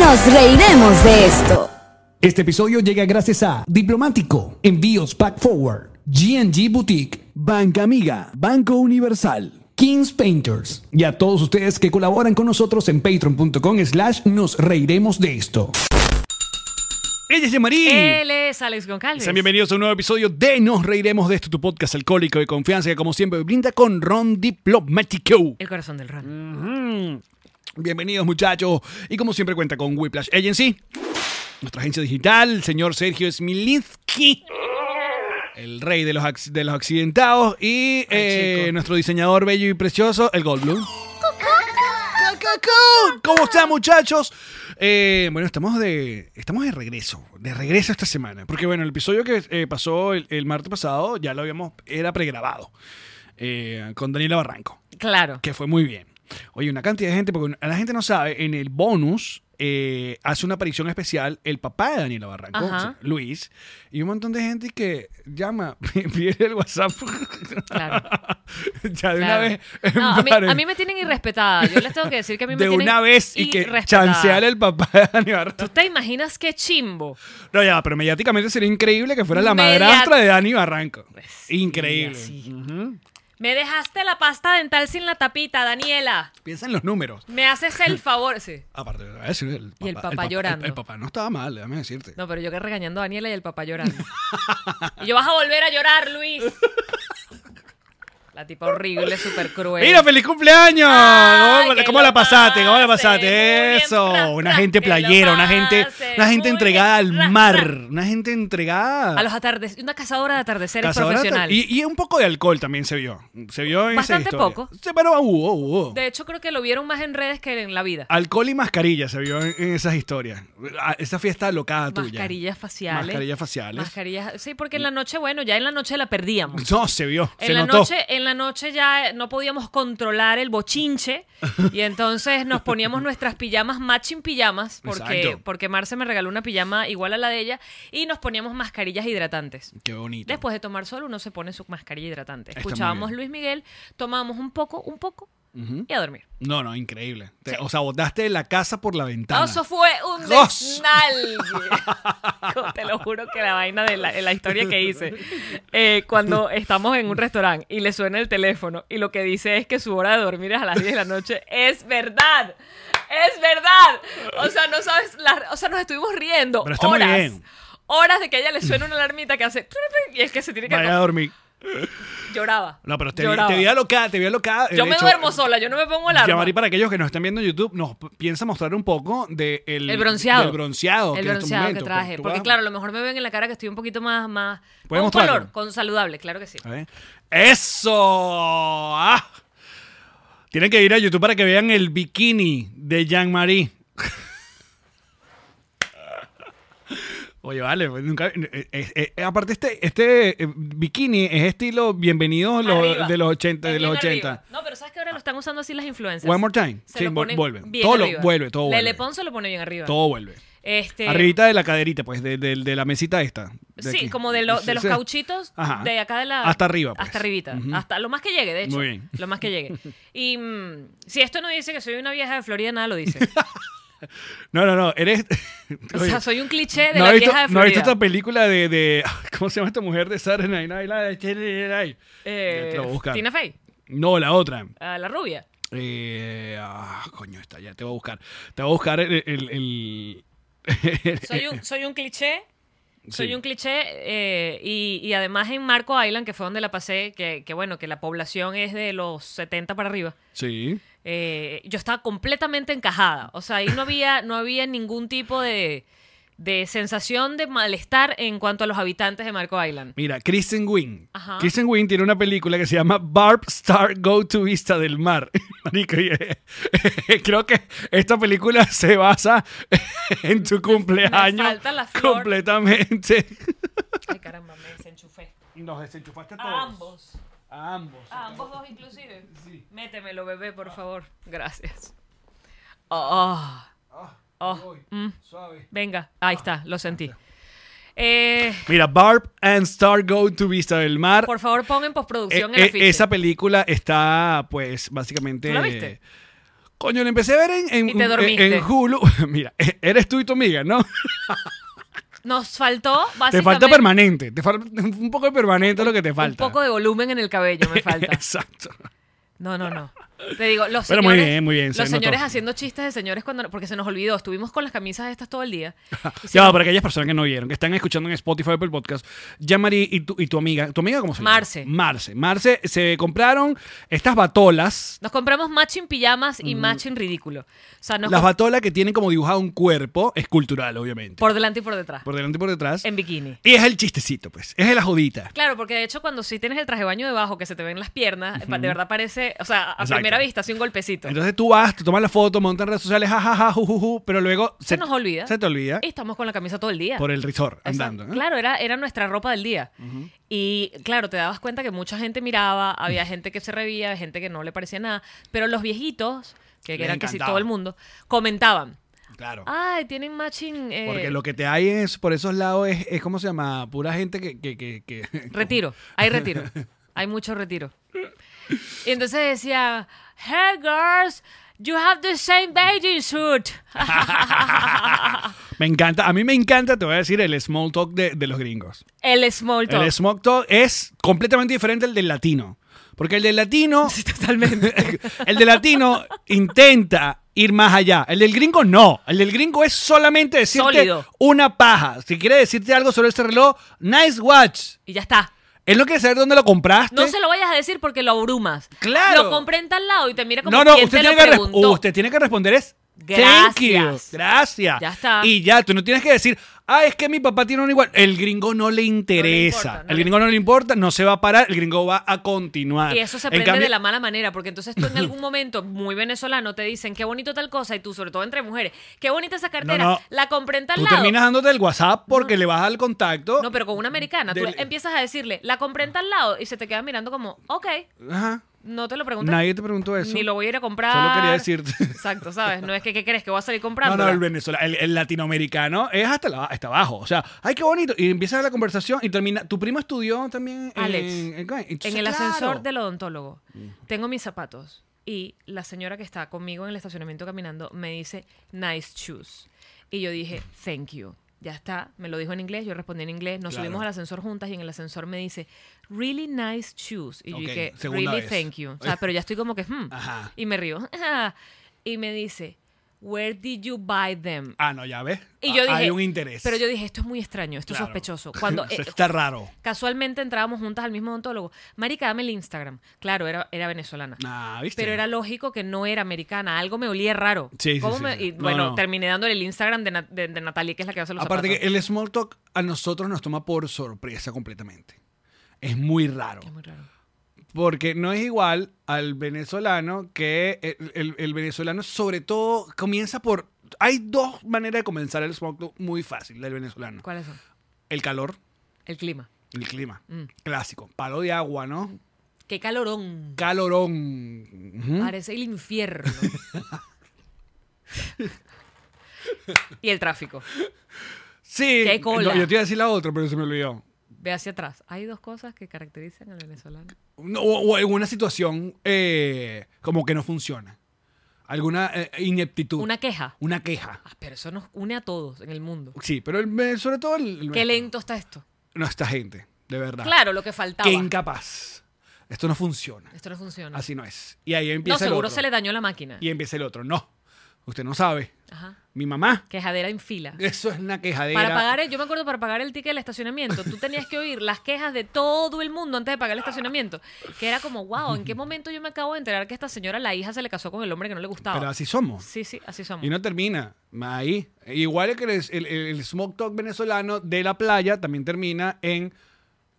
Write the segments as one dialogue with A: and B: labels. A: Nos reiremos de esto.
B: Este episodio llega gracias a Diplomático, Envíos Pack Forward, GNG Boutique, Banca Amiga, Banco Universal, Kings Painters y a todos ustedes que colaboran con nosotros en patreon.com slash nos reiremos de esto. Ella es Yamarí.
C: Él es Alex Goncalves.
B: Sean bienvenidos a un nuevo episodio de Nos Reiremos de esto, tu podcast alcohólico de confianza que como siempre brinda con Ron Diplomático.
C: El corazón del ron.
B: Bienvenidos muchachos y como siempre cuenta con Whiplash Agency, nuestra agencia digital, el señor Sergio Smilinski, el rey de los, acc- de los accidentados y eh,
C: chico.
B: nuestro diseñador bello y precioso, el Goldblum. ¡Cucú! ¿Cómo están muchachos? Eh, bueno, estamos de, estamos de regreso, de regreso esta semana, porque bueno, el episodio que eh, pasó el, el martes pasado ya lo habíamos, era pregrabado eh, con Daniela Barranco.
C: Claro.
B: Que fue muy bien. Oye, una cantidad de gente, porque la gente no sabe, en el bonus eh, hace una aparición especial el papá de Daniela Barranco,
C: Ajá.
B: o sea, Luis, y un montón de gente que llama, pide el WhatsApp.
C: Claro.
B: ya de una
C: claro.
B: vez.
C: No, a, mí,
B: paren.
C: a mí me tienen irrespetada. Yo les tengo que decir que a mí me
B: de
C: tienen
B: una vez y que
C: irrespetada.
B: chancear el papá de Daniela Barranco.
C: ¿Tú te imaginas qué chimbo?
B: No, ya, pero mediáticamente sería increíble que fuera la
C: Mediat- Pues
B: madrastra de Dani Barranco. Increíble.
C: Sí. Me dejaste la pasta dental sin la tapita, Daniela.
B: Piensa en los números.
C: Me haces el favor. Sí.
B: Aparte, a decir, el papá,
C: Y el papá llorando.
B: El, papá no estaba mal, déjame decirte.
C: No, pero yo que regañando a Daniela y el papá llorando. y yo vas a volver a llorar, Luis. La tipa horrible, súper cruel.
B: Mira, feliz cumpleaños.
C: pues. Ay,
B: ¿Cómo,
C: que
B: cómo
C: lo
B: la pasaste? ¿Cómo la
C: pases, muy
B: pasaste?
C: bien,
B: Eso.
C: ra,
B: una
C: ra,
B: gente
C: que lo
B: playera, una gente,
C: pases,
B: una gente
C: muy
B: entregada
C: bien,
B: al
C: ra,
B: mar,
C: ra.
B: una gente entregada.
C: A los atardeceres. Una cazadora de atardeceres
B: Cazadora de-
C: profesional.
B: Y, y un poco de alcohol también se vio. Se vio en esa
C: Bastante
B: historia.
C: poco.
B: Sí, pero hubo, hubo.
C: De hecho, creo que lo vieron más en redes que en la vida.
B: Alcohol y mascarilla se vio en, en esas historias. A- Esa fiesta locada tuya.
C: Mascarillas faciales.
B: Mascarillas faciales.
C: Mascarillas- Sí, porque en la noche, bueno, ya en la noche la perdíamos.
B: No, se vio.
C: En
B: se
C: la
B: notó.
C: noche, en la noche ya no podíamos controlar el bochinche y entonces nos poníamos nuestras pijamas matching pijamas porque
B: Exacto.
C: porque Marce me regaló una pijama igual a la de ella y nos poníamos mascarillas hidratantes.
B: Qué bonito.
C: Después de tomar sol uno se pone su mascarilla hidratante.
B: Está muy
C: Escuchábamos
B: bien.
C: Luis Miguel, tomábamos un poco, un poco
B: Ujú.
C: y a dormir.
B: No, no, increíble. Te- O sea, botaste la casa por la ventana.
C: No, Eso fue un
B: Jos.
C: desnalgue. Co- Te lo juro que la vaina de la, de la historia que hice. Eh, cuando estamos en un restaurante y le suena el teléfono y lo que dice es que su hora de dormir es a las 10 de la noche, es verdad. Es verdad. O sea, no sabes, la- o sea, nos estuvimos riendo
B: Pero está muy
C: horas.
B: bien.
C: Horas de que a ella le suena una alarmita que hace y es que se tiene que
B: Vaya a dormir.
C: lloraba.
B: No, pero este te, vi-
C: lloraba.
B: te vi alocada, te vi alocada.
C: Yo
B: eh, De
C: me
B: hecho,
C: duermo sola, yo no me pongo alarma.
B: Yamari, para aquellos que nos están viendo en YouTube, nos p- piensa mostrar un poco de el,
C: El bronceado.
B: Del bronceado.
C: El
B: que en estos
C: bronceado que
B: momentos,
C: traje.
B: tú
C: Porque
B: vas-
C: claro, a lo mejor me ven en la cara que estoy un poquito más... más
B: ¿Puedes
C: con
B: mostrarlo?
C: color, con saludable, claro que sí.
B: A ver. ¿eh? ¡Eso! ¡Ah! Tienen que ir a YouTube para que vean el bikini de Jean-Marie. Oye, vale, pues nunca. eh, eh, eh, aparte, este, este eh, bikini es estilo bienvenido lo-
C: Arriba.
B: de los 80. De
C: Bien
B: los
C: arriba.
B: 80.
C: No, pero ¿sabes que ahora lo están usando así las influencers?
B: One more time.
C: Se
B: Sí,
C: lo
B: vol-
C: ponen
B: vuelve.
C: bien
B: Todo lo-
C: arriba.
B: vuelve, todo vuelve.
C: Lele Pons se lo pone bien arriba.
B: Todo vuelve.
C: Este,
B: Arribita de la caderita, pues, de, de- de la mesita esta. de
C: Sí,
B: aquí.
C: como de, lo- de los
B: Sí, sí.
C: cauchitos
B: Ajá.
C: de acá de la...
B: Hasta arriba, pues.
C: Hasta arribita. Hasta lo más que llegue, de hecho.
B: Muy bien.
C: Lo más que llegue. Y mm, si esto no dice que soy una vieja de Florida, nada lo dice.
B: No, no, no, eres...
C: O
B: Oye,
C: sea, soy un cliché de
B: ¿no
C: la
B: has visto-
C: vieja de
B: ¿No has visto
C: Florida.
B: esta película de... de- ¿Cómo se llama esta mujer de Saturday Night Live?
C: Eh,
B: Te lo voy a buscar.
C: Tina Fey,
B: No, la otra.
C: a la rubia.
B: Eh, ah, coño, esta ya, te voy a buscar. Te voy a buscar el... el- el-
C: Soy un, soy un cliché. Soy un cliché eh, y, y además en Marco Island, que fue donde la pasé, que, que bueno, que la población es de los 70 para arriba,
B: Sí.
C: eh, yo estaba completamente encajada. O sea, ahí no había, no había ningún tipo de, de sensación de malestar en cuanto a los habitantes de Marco Island.
B: Mira, Kristen Wiig.
C: Ajá.
B: Kristen Wiig tiene una película que se llama Barb Star Go to Vista del Mar. Marico, y, eh, creo que esta película se basa en tu cumpleaños
C: falta la flor.
B: completamente.
C: Ay, caramba, me desenchufé.
B: Nos desenchufaste a
C: A ambos.
B: A ambos.
C: A ambos dos inclusive. Métemelo, bebé, por favor. Gracias. Oh, oh, mm. Venga,
B: Ah,
C: ahí está, lo sentí. Eh,
B: Mira, Barb and Star Go to Vista del Mar.
C: por favor, pongan postproducción
B: Eh,
C: el
B: eh,
C: afiche.
B: esa película está, pues, básicamente.
C: ¿Tú la viste?
B: Coño, la empecé a ver en, en,
C: Y te
B: en-
C: dormiste.
B: en Hulu. Mira, eh, eres tú y tu amiga, ¿no?
C: Nos faltó básicamente
B: Te falta permanente. Te falta un poco de permanente es lo que te
C: un
B: falta.
C: poco de volumen en el cabello, me falta.
B: Exacto.
C: No, no, no. Te digo, los
B: Pero muy
C: señores,
B: bien, muy bien, se
C: los señores
B: notó.
C: haciendo chistes de señores cuando porque se nos olvidó, estuvimos con las camisas estas todo el día. Y se
B: Ya,
C: nos-
B: para aquellas personas que no vieron, que están escuchando en Spotify Apple Podcast, ya Marí y tu, y tu amiga, ¿tu amiga cómo se llama?
C: Marce.
B: Marce. Marce se compraron estas batolas.
C: Nos compramos matching pijamas y matching ridículo. O sea, nos
B: Mm. las
C: comp-
B: batolas que tienen como dibujado un cuerpo escultural, obviamente. Por,
C: por delante y por detrás.
B: delante y por detrás.
C: En bikini.
B: Y es el chistecito, pues. Es la jodita.
C: Claro, porque de hecho cuando sí tienes el traje de baño debajo que se te ven las piernas, pa- de verdad parece, o sea, a
B: Exacto.
C: primera vista hace un golpecito.
B: Entonces tú vas, tú tomas la foto, montas en redes sociales, jajaja, jujuju, pero luego
C: se, nos olvida.
B: Se te olvida
C: Y estamos con la camisa todo el día.
B: por el resort
C: O sea,
B: andando. ¿eh? ¿no?
C: Claro, era, era nuestra ropa del día. Y claro, te dabas cuenta que mucha gente miraba, había gente que se reía, había gente que no le parecía nada, pero los viejitos, que
B: Les
C: eran casi
B: encantaba.
C: todo el mundo, comentaban,
B: Claro.
C: ay, tienen matching... eh,
B: Porque lo que te hay es, por esos lados, es, es ¿cómo se llama? Pura gente que... que, que, que-
C: Retiro, hay retiro. Hay mucho retiro. Y entonces decía, Hey girls, you have the same bathing suit.
B: me encanta, a mí me encanta, te voy a decir, el small talk de, de los gringos.
C: El small talk.
B: El small talk es completamente diferente al del latino. Porque el del latino...
C: Sí, Totalmente.
B: el del latino intenta ir más allá. El del gringo no. El del gringo es solamente decirte
C: Sólido.
B: una paja. Si quiere decirte algo sobre este reloj, nice watch.
C: Y ya está.
B: Él no quiere saber dónde lo compraste.
C: No se lo vayas a decir porque lo abrumas.
B: Claro.
C: Lo compré en tal lado y te mira como
B: no, no,
C: "¿Quién
B: usted
C: te lo
B: tiene, que res-
C: preguntó?".
B: usted tiene que responder es
C: Gracias.
B: thank you, gracias.
C: Ya está.
B: Y ya, tú no tienes que decir, ah, es que mi papá tiene un igual. El gringo no le interesa.
C: importa, no
B: el
C: le-
B: gringo no le importa, no se va a parar, el gringo va a continuar.
C: Y eso se
B: En
C: aprende
B: cambio-
C: de la mala manera, porque entonces tú en algún momento, muy venezolano, te dicen qué bonito tal cosa, y tú, sobre todo entre mujeres, qué bonita esa cartera,
B: no.
C: la compré en tal
B: Tú
C: lado.
B: terminas dándote el WhatsApp porque le vas al contacto.
C: No, pero con una americana. Tú
B: Del-
C: empiezas a decirle, la compré en tal lado y se te queda mirando como, ok,
B: Ajá.
C: no te lo pregunté.
B: Nadie te preguntó eso.
C: Ni lo voy a ir a comprar.
B: Solo quería decirte.
C: Exacto, ¿sabes? No es que, ¿qué crees? Que voy a salir
B: No,
C: comprando.
B: no, el venezolano, el, el latinoamericano es hasta, la- hasta abajo. O sea, ay, qué bonito. Y empieza la conversación y termina. Tu primo estudió también en-
C: Alex,
B: en,
C: en el ascensor del odontólogo,
B: Mm.
C: tengo mis zapatos y la señora que está conmigo en el estacionamiento caminando me dice, nice shoes. Y yo dije, thank you. Ya está, me lo dijo en inglés, yo respondí en inglés, nos
B: Claro.
C: subimos al ascensor juntas y en el ascensor me dice, really nice shoes. Y yo
B: Ok,
C: dije,
B: segunda
C: really
B: vez.
C: thank you. O sea, pero ya estoy como que, hmm.
B: Ajá.
C: Y me río. "Ah". Y me dice, where did you buy them?
B: Ah, no, ya ves.
C: Y
B: Ah,
C: yo dije,
B: Hay un interés.
C: Pero yo dije, esto es muy extraño, esto
B: Claro.
C: es sospechoso. Cuando,
B: Eso
C: eh,
B: está raro.
C: Casualmente entrábamos juntas al mismo odontólogo. Marica, dame el Instagram. Claro, era, era venezolana.
B: Ah, ¿viste?
C: Pero era lógico que no era americana. Algo me olía raro.
B: Sí, sí,
C: ¿Cómo
B: sí,
C: me-
B: sí.
C: Y
B: No,
C: bueno,
B: no.
C: terminé dándole el Instagram de, Na- de- de Natalia, que es la que hace los
B: Aparte que
C: zapatos.
B: el small talk a nosotros nos toma por sorpresa completamente. Es muy raro.
C: Es muy raro.
B: Porque no es igual al venezolano que el, el- el venezolano sobre todo comienza por... Hay dos maneras de comenzar el small talk muy fácil del venezolano.
C: ¿Cuáles son?
B: El calor,
C: El clima.
B: el clima.
C: Mm.
B: Clásico. Palo de agua, ¿no?
C: ¡Qué calorón!
B: Calorón. Ujú.
C: Parece el infierno. y el tráfico.
B: Sí.
C: Qué cola.
B: no, yo te iba a decir la otra, pero se me olvidó.
C: Ve hacia atrás. Hay dos cosas que caracterizan al venezolano.
B: No, o, o alguna situación eh, como que no funciona. Alguna eh, ineptitud.
C: Una queja.
B: Una queja.
C: Ah, pero eso nos une a todos en el mundo.
B: Sí, pero el- eh, sobre todo el... el-
C: Qué lento está esto.
B: No, esta gente, de verdad.
C: Claro, lo que faltaba.
B: Qué incapaz. Esto no funciona.
C: Esto no funciona.
B: Así no es. Y ahí
C: no,
B: empieza el
C: seguro
B: otro.
C: se le dañó la máquina.
B: Y empieza el otro. No. Usted no sabe.
C: Ajá.
B: Mi mamá.
C: Quejadera en fila.
B: Eso es una quejadera.
C: Para pagar, el- yo me acuerdo para pagar el ticket del estacionamiento, tú tenías que oír las quejas de todo el mundo antes de pagar el estacionamiento, que era como, wow, ¿en qué momento yo me acabo de enterar que esta señora, la hija, se le casó con el hombre que no le gustaba?
B: Pero así somos.
C: Sí, sí, así somos.
B: Y no termina. Ahí. Igual que el, el, el smoke talk venezolano de la playa también termina en.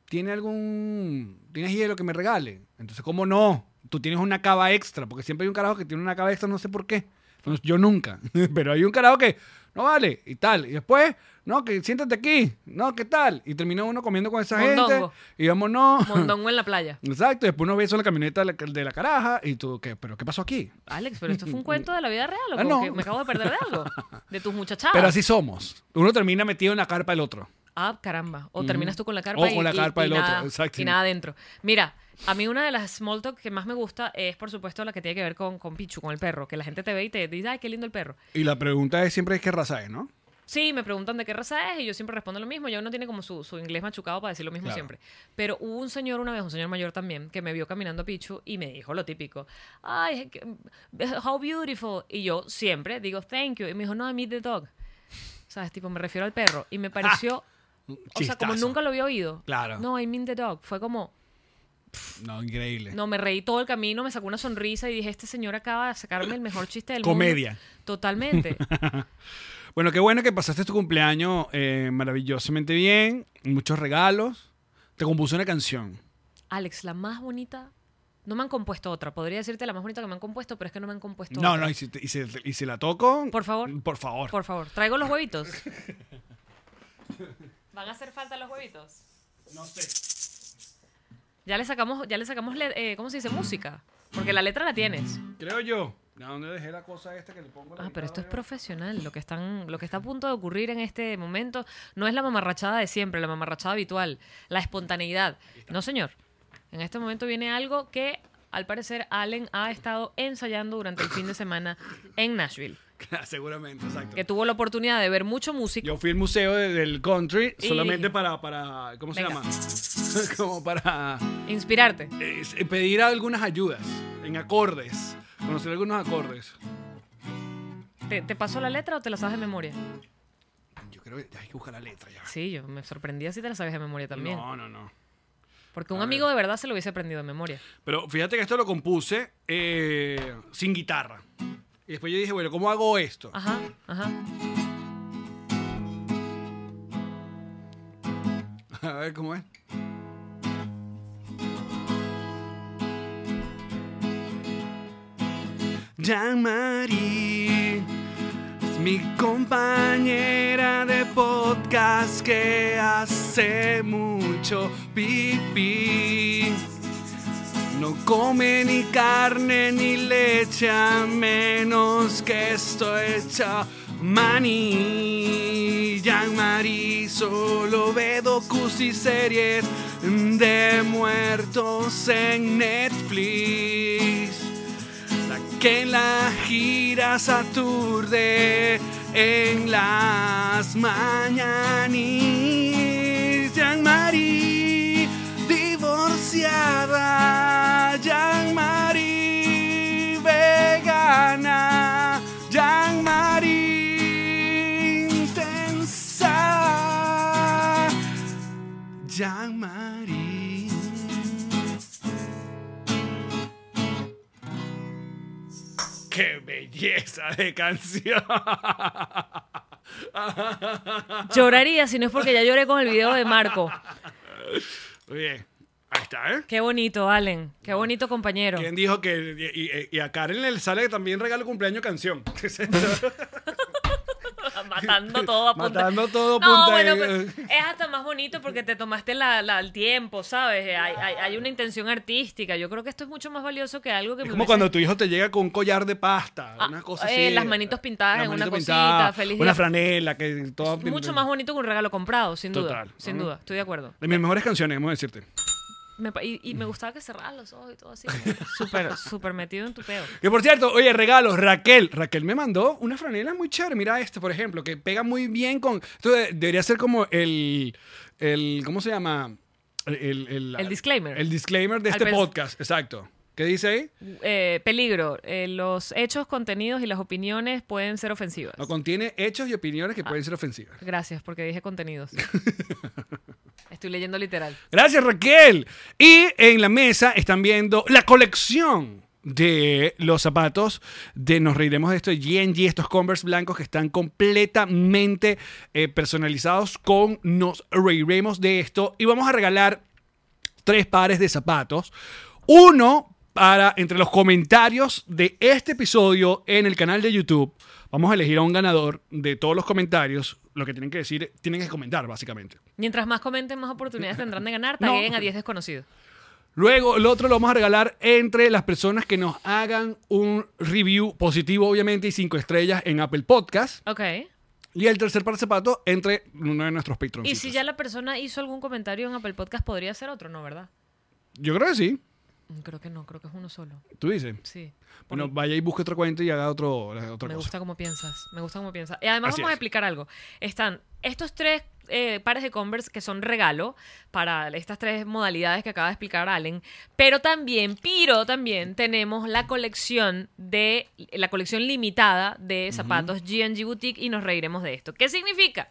B: ¿Tiene algún. ¿Tienes hielo que me regale? Entonces, ¿cómo no? Tú tienes una cava extra, porque siempre hay un carajo que tiene una cava extra, no sé por qué. No, Yo nunca. Pero hay un carajo que. No vale, y tal. Y después, no, que siéntate aquí. No, ¿qué tal? Y termina uno comiendo con esa gente.
C: Mondongo.
B: Y vamos, no.
C: Mondongo en la playa.
B: Exacto. y Después uno ve eso en la camioneta de la, de la caraja. Y tú, ¿qué? ¿Pero qué pasó aquí?
C: Alex, pero esto fue un cuento de la vida real, o
B: Ah,
C: como
B: no.
C: que me acabo de perder de algo, de tus muchachadas.
B: Pero así somos. Uno termina metido en la carpa del otro.
C: Ah, caramba. O terminas tú con la carpa
B: O
C: y,
B: con la
C: y-
B: carpa
C: y
B: del otro,
C: nada,
B: exacto.
C: y nada adentro. Mira, a mí una de las small talk que más me gusta es, por supuesto, la que tiene que ver con, con Pichu, con el perro. Que la gente te ve y te dice, ay, qué lindo el perro.
B: Y la pregunta es siempre es qué raza es, ¿no?
C: Sí, me preguntan de qué raza es y yo siempre respondo lo mismo. Ya uno tiene como su, su inglés machucado para decir lo mismo
B: Claro.
C: siempre. Pero hubo un señor una vez, un señor mayor también, que me vio caminando a Pichu y me dijo lo típico. Ay, que- mm, how beautiful. Y yo siempre digo, thank you. Y me dijo, no, I meet the dog. ¿Sabes? Tipo, me refiero al perro.
B: Ah.
C: Y me pareció... O sea, como
B: Chistazo.
C: nunca lo había oído.
B: Claro.
C: No, I mean the dog. Fue como,
B: No, increíble.
C: no, me reí todo el camino, me sacó una sonrisa y dije, este señor acaba de sacarme el mejor chiste del
B: Comedia.
C: mundo. Comedia. Totalmente.
B: Bueno, qué bueno que pasaste tu cumpleaños eh, maravillosamente bien. Muchos regalos. Te compuso una canción.
C: Alex, la más bonita. No me han compuesto otra. Podría decirte la más bonita que me han compuesto, pero es que no me han compuesto
B: No,
C: otra.
B: no, y si, te- y si- y si la toco.
C: Por favor.
B: Por favor.
C: Por favor, traigo los huevitos. ¿Van a hacer falta los huevitos? No sé. Ya le sacamos, ya le sacamos le- eh, ¿cómo se dice? Música. Porque la letra la tienes.
B: Creo yo. ¿A dónde dejé la cosa esta que le pongo? la
C: Ah, pero esto es
B: guitarra?
C: profesional. Lo que, están, lo que está a punto de ocurrir en este momento no es la mamarrachada de siempre, la mamarrachada habitual, la espontaneidad. No, señor. En este momento viene algo que, al parecer, Allen ha estado ensayando durante el fin de semana en Nashville.
B: Claro, Seguramente, exacto.
C: Que tuvo la oportunidad de ver mucho música.
B: Yo fui al museo de- del country
C: Y-
B: solamente para, para. ¿Cómo se
C: Venga.
B: llama? Como para.
C: Inspirarte.
B: es- eh, pedir algunas ayudas en acordes, conocer algunos acordes.
C: ¿Te, te pasó la letra o te la sabes de memoria?
B: Yo creo que ya hay que buscar la letra ya.
C: Sí, yo me sorprendía si te la sabes de memoria también.
B: No, no, no.
C: Porque un amigo de verdad se lo hubiese aprendido de memoria.
B: Pero fíjate que esto lo compuse eh, sin guitarra. Y después yo dije, bueno, ¿cómo hago esto?
C: Ajá, ajá.
B: A ver cómo es. Jean-Marie es mi compañera de podcast que hace mucho pipí. No come ni carne ni leche a menos que esto hecha maní. Jean-Marie solo ve docus y series de muertos en Netflix. La que la giras aturde en las mañanis. Jean-Marie, divorciada. Jean-Marie, vegana. Jean-Marie, intensa. Jean-Marie. ¡Qué belleza de canción!
C: Lloraría si no es porque ya lloré con el video de Marco.
B: Muy bien. Ahí está, ¿eh?
C: Qué bonito, Allen. Qué bonito compañero.
B: ¿Quién dijo que.? Y, y- y a Karen le sale que también regalo cumpleaños canción.
C: Matando todo a punta.
B: Matando todo a
C: No,
B: punta
C: bueno,
B: de-
C: pero es hasta más bonito porque te tomaste la, la- el tiempo, ¿sabes? Eh, Hay, hay- hay una intención artística. Yo creo que esto es mucho más valioso que algo que
B: es
C: me
B: como
C: hubiese-
B: cuando tu hijo te llega con un collar de pasta,
C: Ah,
B: una cosa
C: eh,
B: así.
C: las manitos pintadas
B: Las
C: en una
B: manitos
C: cosita,
B: pintadas,
C: feliz
B: Una
C: día.
B: franela que todo.
C: Mucho más bonito que un regalo comprado, sin
B: Total.
C: duda. Sin duda, estoy de acuerdo.
B: De mis mejores canciones, vamos a decirte.
C: Me pa- y, y me gustaba que cerraras los ojos y todo así. Súper, súper metido en tu peo.
B: Que por cierto, oye, regalos, Raquel. Raquel me mandó una franela muy chévere. Mira este, por ejemplo, que pega muy bien con. Esto de- debería ser como el. el ¿Cómo se llama? El,
C: El disclaimer.
B: El disclaimer de
C: Al
B: este
C: pres-
B: podcast, exacto. ¿Qué dice ahí?
C: Eh, peligro. eh, los hechos, contenidos y las opiniones pueden ser ofensivas.
B: No contiene hechos y opiniones que
C: Ah.
B: pueden ser ofensivas.
C: Gracias, porque dije contenidos. Estoy leyendo literal.
B: Gracias, Raquel. Y en la mesa están viendo la colección de los zapatos de Nos Reiremos de esto, de GNG, estos Converse blancos que están completamente eh, personalizados con Nos Reiremos de esto. Y vamos a regalar tres pares de zapatos. Uno para entre los comentarios de este episodio en el canal de YouTube. Vamos a elegir a un ganador de todos los comentarios. Lo que tienen que decir, tienen que comentar, básicamente.
C: Mientras más comenten, más oportunidades tendrán de ganar. Taguen a 10 desconocidos.
B: Luego, el otro lo vamos a regalar entre las personas que nos hagan un review positivo, obviamente, y cinco estrellas en Apple Podcast.
C: Ok.
B: Y el tercer par de zapatos entre uno de nuestros patrons.
C: Y si ya la persona hizo algún comentario en Apple Podcast, podría ser otro, ¿no? ¿Verdad?
B: Yo creo que sí.
C: Mm, Creo que no, creo que es uno solo.
B: Tú dices.
C: Sí.
B: Bueno, vaya y busque otra cuenta y haga otro, otra
C: me
B: cosa.
C: gusta cómo piensas. Me gusta cómo piensas. Y además
B: Así
C: vamos a
B: es.
C: explicar algo. Están estos tres eh, pares de Converse que son regalo para estas tres modalidades que acaba de explicar Allen. Pero también, Piro, también tenemos la colección de la colección limitada de zapatos GNG Boutique y nos reiremos de esto. ¿Qué significa?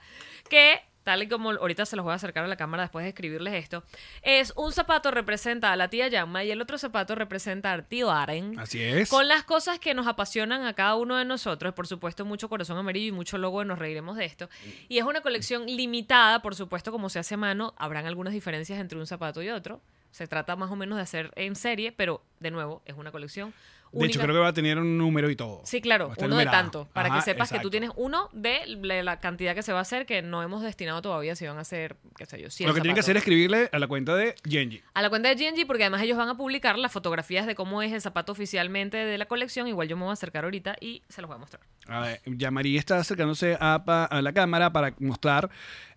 C: Que tal y como ahorita se los voy a acercar a la cámara después de escribirles esto, es un zapato representa a la tía Yama y el otro zapato representa al tío Aren.
B: Así es.
C: Con las cosas que nos apasionan a cada uno de nosotros, por supuesto, mucho corazón amarillo y mucho logo, de nos reiremos de esto.
B: Mm.
C: Y es una colección limitada, por supuesto, como se hace a mano, habrán algunas diferencias entre un zapato y otro. Se trata más o menos de hacer en serie, pero de nuevo, es una colección
B: De hecho,
C: única.
B: creo que va a tener un número y todo.
C: Sí, claro,
B: Va a estar
C: uno de
B: numerada.
C: tanto, para
B: Ajá,
C: que sepas que
B: exacto.
C: tú tienes uno de la la cantidad que se va a hacer, que no hemos destinado todavía si van a hacer, qué sé yo, 100
B: Lo que tienen que
C: zapatos.
B: hacer es escribirle a la cuenta de Genji.
C: A la cuenta de GNG, porque además ellos van a publicar las fotografías de cómo es el zapato oficialmente de la colección. Igual yo me voy a acercar ahorita y se los voy a mostrar.
B: A ver, ya María está acercándose a, pa- a la cámara para mostrar.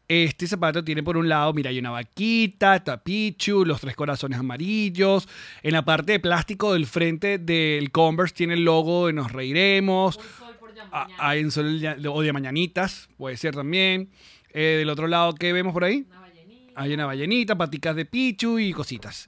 B: Este zapato tiene por un lado, mira, hay una vaquita, tapichu, los tres corazones amarillos. En la parte de plástico del frente del Converse tiene el logo de Nos Reiremos. Ah, Hay un sol ya- o de mañanitas, puede ser también. Eh, del otro lado, ¿qué vemos por ahí? Hay una ballenita, paticas de pichu y cositas.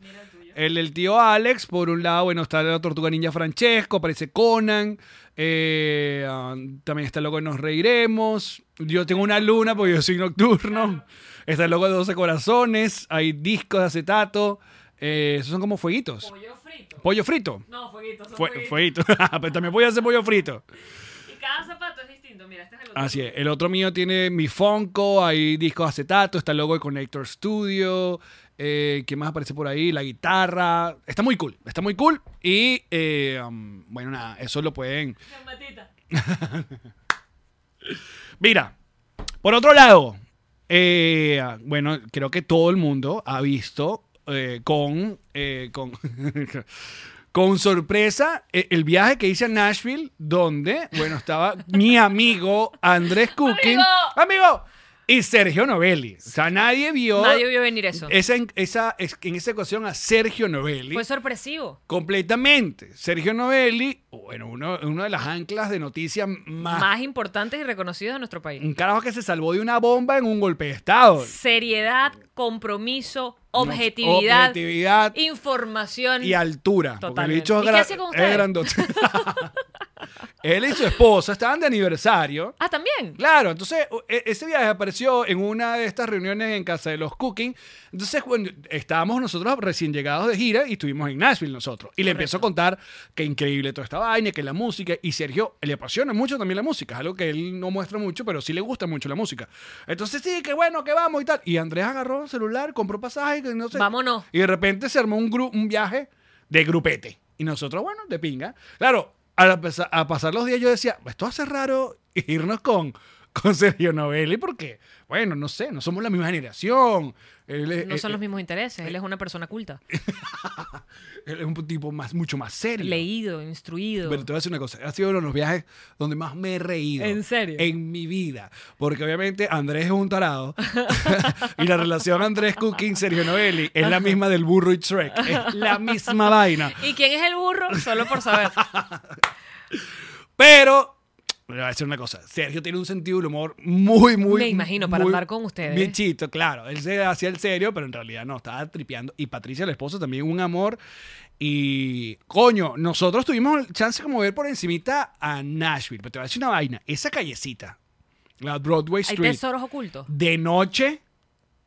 B: El del tío Alex, por un lado, bueno, está la tortuga ninja Francesco, aparece Conan. eh, ah, también está el logo de Nos Reiremos. Yo tengo una luna porque yo soy nocturno. Está el logo de 12 corazones. Hay discos de acetato. eh, esos son como fueguitos.
C: Pollo frito.
B: Pollo frito.
C: No, fueguitos. son
B: Fue, fueguito.
C: fueguitos.
B: Pero también voy a hacer pollo frito.
C: Y cada zapato es distinto. Mira, este es el otro.
B: Así es. El otro mío tiene mi Funko, hay discos de acetato, está el logo de Connector Studio. Eh, ¿Qué más aparece por ahí? La guitarra. Está muy cool, está muy cool. Y eh, um, bueno, nada, eso lo pueden. Mira, por otro lado, eh, bueno, creo que todo el mundo ha visto eh, con, eh, con, con sorpresa eh, el viaje que hice a Nashville, donde, bueno, estaba mi amigo Andrés Cooking. ¡Amigo! Y Sergio Novelli. O sea, nadie vio,
C: Nadie vio venir eso.
B: Esa, esa, en esa ocasión a Sergio Novelli.
C: Fue sorpresivo.
B: Completamente. Sergio Novelli, bueno, uno, uno de las anclas de noticias más,
C: Más importantes y reconocidos de nuestro país.
B: un carajo que se salvó de una bomba en un golpe de estado.
C: Seriedad, compromiso, objetividad,
B: Objetividad
C: información.
B: y altura. Porque el
C: Totalmente.
B: bicho es
C: ¿Y qué
B: gra-
C: hacía con
B: es
C: ustedes?
B: grandote. Él y su esposa estaban de aniversario.
C: Ah, también.
B: Claro, entonces e- ese viaje apareció en una de estas reuniones en casa de los Cooking. Entonces, cuando estábamos nosotros recién llegados de gira y estuvimos en Nashville nosotros. Y le empezó a contar que increíble toda esta vaina, que la música. Y Sergio le apasiona mucho también la música, es algo que él no muestra mucho, pero sí le gusta mucho la música. Entonces, sí, que bueno, que vamos y tal. Y Andrés agarró el celular, compró pasaje, que no sé.
C: Vámonos.
B: Y de repente se armó un, gru- un viaje de grupete. Y nosotros, bueno, de pinga. Claro, al pasa- a pasar los días yo decía, esto hace raro irnos con, con Sergio Novelli porque, bueno, no sé, no somos la misma generación. Él es,
C: No
B: eh,
C: son los mismos intereses. Él es una persona culta.
B: él es un tipo más, mucho más serio.
C: Leído, instruido.
B: Pero te voy a decir una cosa, ha sido uno de los viajes donde más me he reído.
C: ¿En serio?
B: En mi vida. Porque obviamente Andrés es un tarado. y la relación Andrés Cooking, Sergio Novelli, es la misma del burro y Shrek. Es la misma vaina.
C: ¿Y quién es el burro? Solo por saber.
B: Pero le voy a decir una cosa. Sergio tiene un sentido del humor muy, muy.
C: Me imagino, para
B: muy
C: andar con ustedes.
B: Bichito, claro. Él se hacía el serio, pero en realidad no, estaba tripeando. Y Patricia, la esposa, también un amor. Y coño, nosotros tuvimos chance como de ver por encimita a Nashville. Pero te voy a decir una vaina. Esa callecita, la Broadway
C: Hay
B: Street,
C: tesoros ocultos.
B: de noche.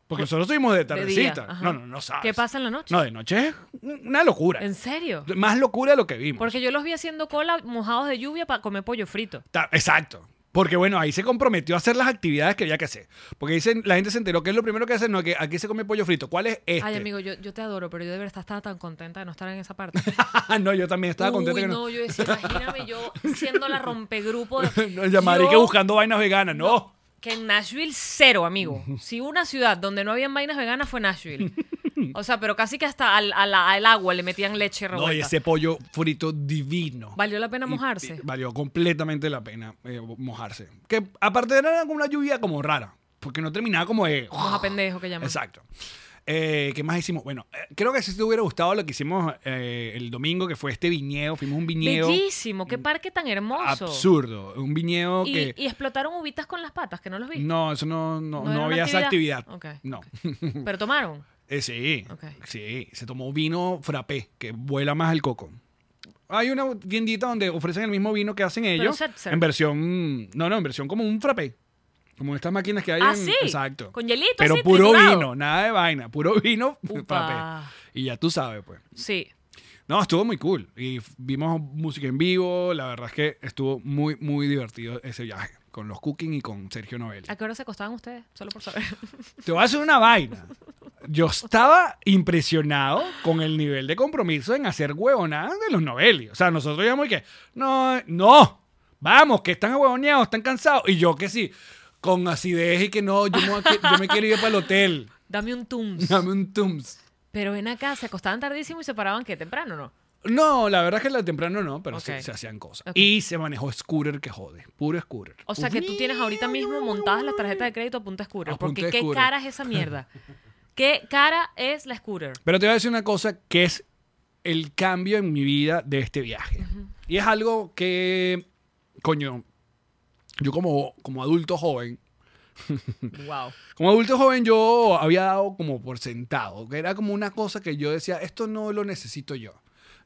B: Porque nosotros estuvimos de
C: día,
B: tardecita.
C: ajá.
B: no, no, no sabes.
C: ¿Qué pasa en la noche?
B: No, de noche es una locura.
C: ¿En serio?
B: Más locura de lo que vimos.
C: Porque yo los vi haciendo cola mojados de lluvia para comer pollo frito.
B: Ta- Exacto. Porque bueno, ahí se comprometió a hacer las actividades que había que hacer. Porque dicen, la gente se enteró que es lo primero que hacen, no, que aquí se come pollo frito. ¿Cuál es este?
C: Ay, amigo, yo, yo te adoro, pero yo de verdad estaba tan contenta de no estar en esa parte.
B: no, yo también estaba contento
C: Uy,
B: que
C: no,
B: no.
C: yo decía, imagíname yo siendo la rompegrupo. De,
B: No, ya, madre,
C: Yo-
B: que buscando vainas veganas, no.
C: Que en Nashville, cero, amigo. Si hubo una ciudad donde no habían vainas veganas fue Nashville. O sea, pero casi que hasta al, a la- al agua le metían leche
B: No,
C: revuelta.
B: y ese pollo frito divino.
C: ¿Valió la pena
B: Y-
C: mojarse?
B: y valió completamente la pena eh, mojarse. Que aparte era una lluvia como rara, porque no terminaba como de... ¡oh!
C: Moja pendejo que llaman.
B: Exacto. Eh, ¿Qué más hicimos? Bueno, eh, creo que si te hubiera gustado lo que hicimos eh, el domingo, que fue este viñedo, fuimos a un viñedo...
C: Bellísimo, qué parque tan hermoso.
B: Absurdo. Un viñedo
C: Y,
B: que.
C: y explotaron ubitas con las patas, que no los vi.
B: No, eso no, no,
C: ¿No era
B: no
C: una
B: había esa
C: actividad?
B: actividad.
C: Ok,
B: No.
C: Pero tomaron.
B: Eh, sí.
C: Ok.
B: Sí. Se tomó vino frappé, que vuela más el coco. Hay una tiendita donde ofrecen el mismo vino que hacen ellos.
C: seltzer.
B: en versión. No, no, en versión como un frappé. Como estas máquinas que hay
C: Ah,
B: en-
C: sí.
B: Exacto.
C: Con hielito
B: Pero
C: así,
B: puro
C: triturado.
B: vino, nada de vaina. Puro vino
C: Upa.
B: frappé. Y ya tú sabes, pues.
C: Sí.
B: No, estuvo muy cool. Y f- vimos música en vivo. La verdad es que estuvo muy, muy divertido ese viaje. Con los cooking y con Sergio Novelli.
C: ¿A qué hora se acostaban ustedes? Solo por saber.
B: Te voy a hacer una vaina. Yo estaba impresionado con el nivel de compromiso en hacer huevonadas de los Novelli. O sea, nosotros íbamos y que, no, no, vamos, que están huevoneados, están cansados. Y yo que sí, con acidez y que no, yo me, voy a que- yo me quiero ir para el hotel.
C: Dame un tums.
B: Dame un tums.
C: Pero ven acá, se acostaban tardísimo y se paraban que temprano, ¿no?
B: No, la verdad es que la temprano no, pero sí
C: Ok.
B: se, hacían cosas.
C: Ok.
B: Y se manejó scooter que jode, puro scooter.
C: O sea que tú tienes ahorita mismo montadas las tarjetas de crédito a punta scooter.
B: A punta
C: Porque qué
B: scooter.
C: cara es esa mierda. ¿Qué cara es la scooter?
B: Pero te voy a decir una cosa que es el cambio en mi vida de este viaje. Y es algo que, coño, yo como, como adulto joven,
C: Wow.
B: como adulto joven yo había dado como por sentado, que era como una cosa que yo decía, esto no lo necesito yo.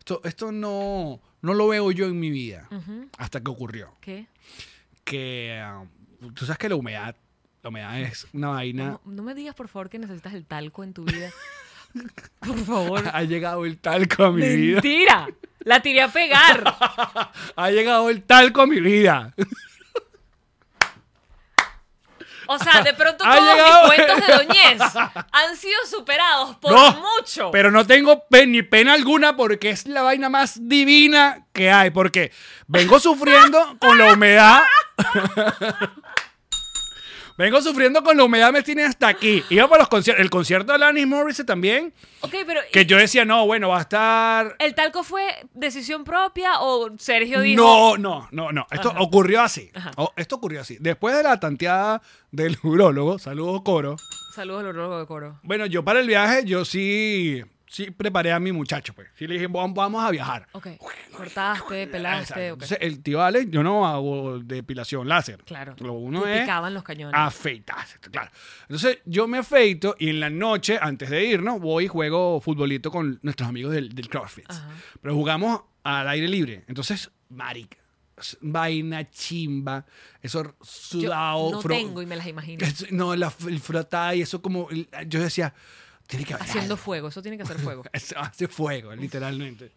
B: Esto, esto no, no lo veo yo en mi vida. Hasta que ocurrió.
C: ¿Qué?
B: Que ah, tú sabes que la humedad, la humedad es una vaina.
C: No, no me digas, por favor, que necesitas el talco en tu vida. Por favor.
B: Ha llegado el talco a mi vida.
C: ¡Mentira! La tiré a pegar.
B: Ha llegado el talco a mi vida.
C: O sea, de pronto
B: Ha
C: todos
B: llegado-
C: mis cuentos de doñez han sido superados por
B: No,
C: mucho.
B: Pero no tengo pe- ni pena alguna porque es la vaina más divina que hay. Porque vengo sufriendo con la humedad. vengo sufriendo con la humedad, me tiene hasta aquí. Iba para los conciertos. El concierto de Alanis Morissette también.
C: ok, pero ¿y
B: Que yo decía, no, bueno, va a estar.
C: ¿el talco fue decisión propia o Sergio dijo?
B: No, no, no, no. Esto ocurrió así. O- esto ocurrió así. Después de la tanteada del urólogo, saludos coro.
C: Saludos al urologo de coro.
B: Bueno, yo para el viaje, yo sí, sí preparé a mi muchacho, pues. Sí le dije, "Vam- vamos a viajar.
C: Ok. Cortaste, pelaste.
B: Exacto.
C: ok.
B: Entonces, el tío Alex, yo no hago depilación láser.
C: Claro.
B: Lo uno
C: Te
B: es
C: picaban los cañones.
B: afeitarse, claro. Entonces, yo me afeito y en la noche, antes de irnos, voy y juego futbolito con nuestros amigos del, del CrossFit.
C: Ajá.
B: Pero jugamos al aire libre. Entonces, marica, es vaina chimba, eso
C: Yo
B: sudado.
C: no
B: fro-
C: tengo y me las imagino.
B: es- no, la, el frotado y eso como, el- yo decía, tiene que haber
C: Haciendo
B: algo.
C: fuego, eso tiene que hacer fuego.
B: Eso Hace fuego, literalmente.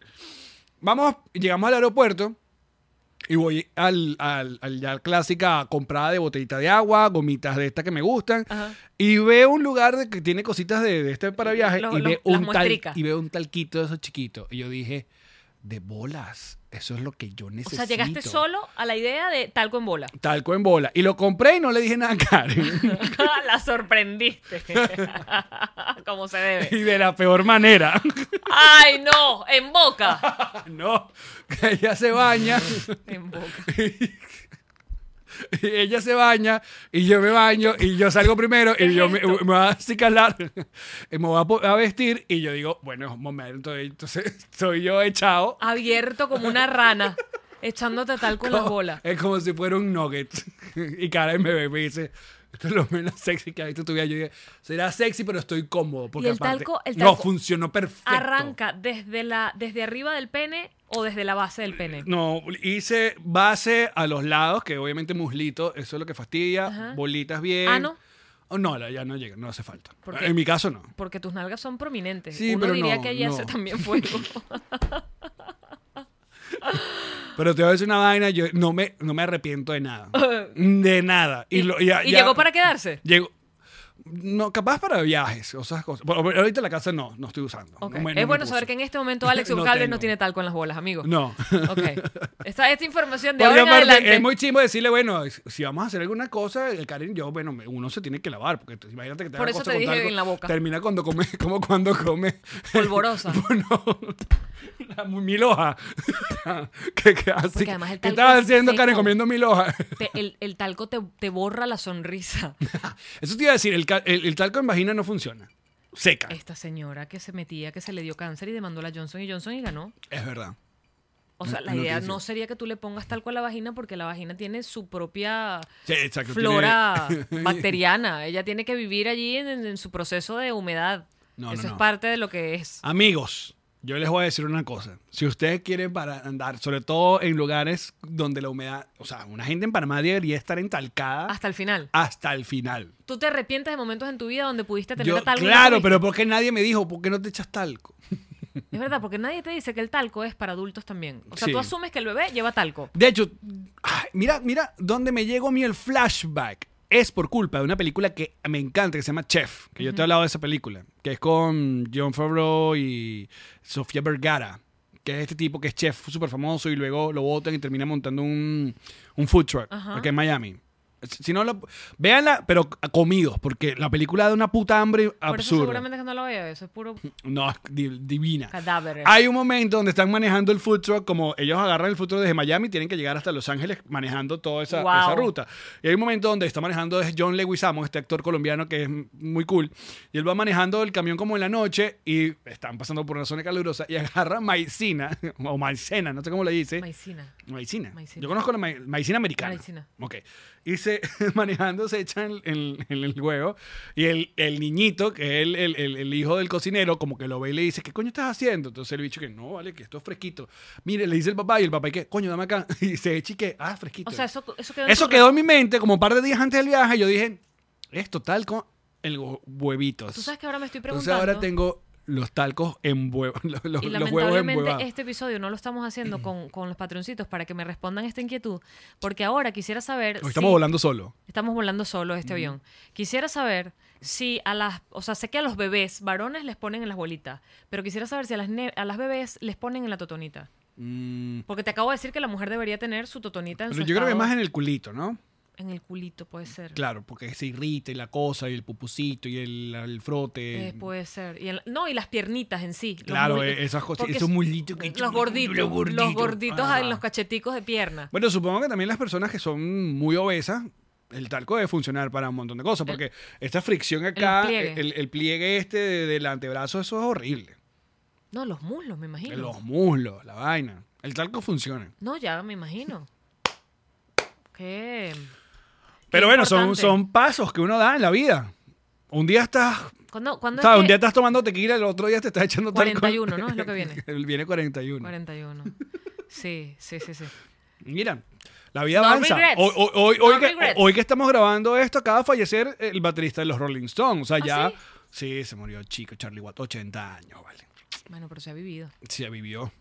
B: Vamos, llegamos al aeropuerto y voy al, al, al- ya clásica comprada de botellita de agua, gomitas de estas que me gustan.
C: Ajá.
B: Y veo un lugar de que tiene cositas de, de este para viaje
C: Lo-
B: y,
C: lo-
B: veo
C: las
B: un tal-
C: muestricas.
B: y veo un talquito de esos chiquitos. Y yo dije, de bolas, eso es lo que yo
C: O
B: necesito.
C: sea, llegaste solo a la idea de talco en bola.
B: Talco en bola. Y lo compré y no le dije nada a Karen.
C: Ah, la sorprendiste. Como se
B: y
C: debe.
B: de la peor manera.
C: ¡Ay, no! ¡En boca!
B: no, que ella se baña.
C: En boca.
B: Y ella se baña y yo me baño y yo salgo primero y yo me, me voy a acicalar, y me voy a po- a, vestir y yo digo, bueno, es un momento, entonces soy yo echado.
C: Abierto como una rana. echándote tal Ah, con las bolas.
B: Es como si fuera un nugget. y cada vez me ve y me dice, esto es lo menos sexy que has visto en tu vida. Yo dije, será sexy, pero estoy cómodo. Porque
C: el
B: aparte,
C: talco- el
B: no
C: talco
B: funcionó perfecto.
C: Arranca desde, la, desde arriba del pene o desde la base del pene.
B: No, hice base a los lados, que obviamente muslito, eso es lo que fastidia.
C: Ajá.
B: Bolitas bien.
C: Ano.
B: Oh, no, la- ya no llega, no hace falta. Ah,
C: ¿Por qué?
B: En mi caso no.
C: Porque tus nalgas son prominentes.
B: Sí,
C: Uno
B: pero
C: diría
B: no,
C: que allí
B: no.
C: hace también fuego.
B: Pero te voy a decir una vaina, yo no me, no me arrepiento de nada. De nada. Y, lo- ya-
C: y
B: ya-
C: llegó para quedarse.
B: Llegó. No, capaz para viajes, o esas cosas. Bueno, ahorita la casa no, no estoy usando.
C: Ok.
B: No me- no
C: es
B: me
C: bueno
B: puse.
C: saber que en este momento Alex
B: No
C: Goncalves no,
B: tengo.
C: tiene tal con las bolas, amigo.
B: No.
C: Ok. Esta, esta información de
B: Porque
C: ahora en
B: aparte,
C: adelante.
B: es muy chimbo decirle, bueno, si vamos a hacer alguna cosa, el Karen, yo, bueno, me- uno se tiene que lavar. Porque te- imagínate que te
C: Por
B: haga
C: eso
B: cosa
C: te
B: con
C: dije
B: talco.
C: en la boca.
B: Termina cuando come, como cuando come.
C: Polvorosa.
B: Bueno, la mu- mil hojas. que, que así-
C: Porque además el
B: ¿Qué
C: talco
B: estabas
C: es
B: haciendo, Karen,
C: seco.
B: comiendo mil hojas?
C: Te- el, el talco te, te borra la sonrisa.
B: Eso te iba a decir, el, ca- el- el talco en vagina no funciona. Seca.
C: Esta señora que se metía, que se le dio cáncer y demandó a la Johnson y Johnson y ganó.
B: Es verdad.
C: O sea, la
B: No
C: idea
B: noticia.
C: no sería que tú le pongas talco a la vagina porque la vagina tiene su propia
B: Sí, exacto, tiene-
C: flora bacteriana. Ella tiene que vivir allí en, en- en su proceso de humedad.
B: No, no,
C: Eso es
B: no.
C: parte de lo que es.
B: Amigos, yo les voy a decir una cosa. Si ustedes quieren para andar, sobre todo en lugares donde la humedad, o sea, una gente en Panamá debería estar entalcada hasta,
C: Hasta el final.
B: el final.
C: ¿Tú te arrepientes de momentos en tu vida donde pudiste tener
B: Yo-
C: talco? y no
B: claro,
C: tuviste?
B: pero ¿por qué nadie me dijo, ¿por qué no te echas talco?
C: Es verdad, porque nadie te dice que el talco es para adultos también. O sea,
B: Sí.
C: tú asumes que el bebé lleva talco.
B: De hecho, ay, mira, mira, donde me llegó a mí el flashback. Es por culpa de una película que me encanta, que se llama Chef, que yo te he hablado de esa película, que es con John Favreau y Sofía Vergara, que es este tipo que es chef súper famoso y luego lo votan y termina montando un, un food truck,
C: Ajá.
B: acá en Miami. Si si no, lo, véanla, pero comidos, porque la película da una puta hambre
C: Por eso
B: absurda.
C: seguramente que no lo veo. Eso es puro
B: No, es di- divina.
C: cadáver.
B: Hay un momento donde están manejando el food truck, como ellos agarran el food truck desde Miami, tienen que llegar hasta Los Ángeles manejando toda esa,
C: Wow.
B: esa ruta. Y hay un momento donde está manejando es John Leguizamo, este actor colombiano que es muy cool, y él va manejando el camión como en la noche y están pasando por una zona calurosa y agarra maicina, o maicena, no sé cómo le dice.
C: Maicina.
B: Maicina.
C: Maicina.
B: Yo conozco la mai- maicina americana.
C: Maicina.
B: Ok. Y se, manejando se echa en, en- en el huevo. Y el, el niñito, que es el, el- el- el hijo del cocinero, como que lo ve y le dice, ¿qué coño estás haciendo? Entonces el bicho que no, vale, que esto es fresquito. Mire, le dice el papá y el papá y que, coño, dame acá. Y se echa y que, ah, fresquito.
C: O sea, eso, eso quedó en
B: Eso
C: tu-
B: quedó en mi mente como un par de días antes del viaje. Yo dije, es total con el hu- huevitos.
C: Tú sabes que ahora me estoy
B: Entonces
C: preguntando.
B: ahora tengo los talcos en huevos, los, los
C: Y
B: huevos en Mm.
C: lamentablemente
B: huevos.
C: este episodio no lo estamos haciendo con, con los patroncitos para que me respondan esta inquietud, porque ahora quisiera saber... si-
B: Estamos volando Mm. solo.
C: Estamos volando solo este avión. Quisiera saber si a las... O sea, sé que a los bebés varones les ponen en las bolitas, pero quisiera saber si a las, ne- a las bebés les ponen en la totonita.
B: Mm.
C: Porque te acabo de decir que la mujer debería tener su totonita en
B: Pero
C: su
B: yo creo que
C: estado-
B: más en el culito, ¿no?
C: en el culito, puede ser.
B: Claro, porque se irrita y la cosa, y el pupucito, y el, el frote.
C: Eh, puede ser. Y en la- no, y las piernitas en sí. los
B: Claro,
C: mul-
B: eh, esas cosas,
C: porque
B: esos
C: es-
B: mulitos que-
C: Los gorditos.
B: los
C: Los
B: gorditos.
C: gorditos,
B: Ajá.
C: en los cacheticos de pierna.
B: Bueno, supongo que también las personas que son muy obesas, el talco debe funcionar para un montón de cosas, porque esta fricción acá, el
C: pliegue.
B: pliegue, el, pliegue este de- del antebrazo, eso es horrible. Eh,
C: No, los muslos, me imagino.
B: Los muslos, la vaina. El talco funciona.
C: No, ya me imagino. Qué.
B: Pero
C: qué
B: bueno, son,
C: importante.
B: son pasos que uno da en la vida. Un día estás
C: ¿Cuándo, cuándo
B: ¿Sabes?
C: es
B: Un
C: que-
B: día estás tomando tequila, el otro día te estás echando talco.
C: 41, ¿no? Es lo que viene.
B: viene 41.
C: 41. Sí, sí, sí, sí.
B: Mira, la vida
C: No
B: avanza.
C: regrets.
B: Hoy, hoy- hoy-
C: No
B: hoy que,
C: regrets.
B: hoy que estamos grabando esto, acaba de fallecer el baterista de los Rolling Stones. O sea,
C: ¿Ah,
B: ya. Sí? se murió chico, Charlie Watt, 80 años, vale.
C: Bueno, pero se ha vivido.
B: Se vivió.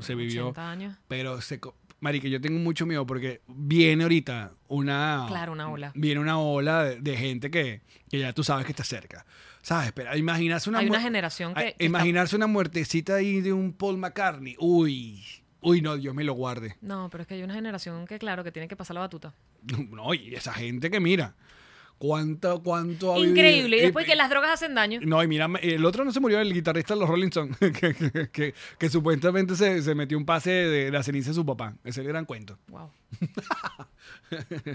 B: Se vivió.
C: 80 años.
B: Pero se. co- Marica, yo tengo mucho miedo porque viene ahorita una.
C: Claro, una ola.
B: Viene una ola de, de gente que, que ya tú sabes que está cerca. ¿Sabes? Pero imaginarse una.
C: Hay una
B: muer-
C: generación que-
B: Ay,
C: que está-
B: imaginarse una muertecita ahí de un Paul McCartney. Uy. Uy, no, Dios me lo guarde.
C: No, pero es que hay una generación que, claro, que tiene que pasar la batuta.
B: No, y esa gente que mira. ¿Cuánto, cuánto ha
C: Increíble. Y
B: vivido?
C: después
B: Eh,
C: que las drogas hacen daño.
B: No, y mira, el otro no se murió, el guitarrista de los Rolling Stones, que, que- que- que supuestamente se, se metió un pase de la ceniza de su papá. Ese es el gran cuento.
C: Wow.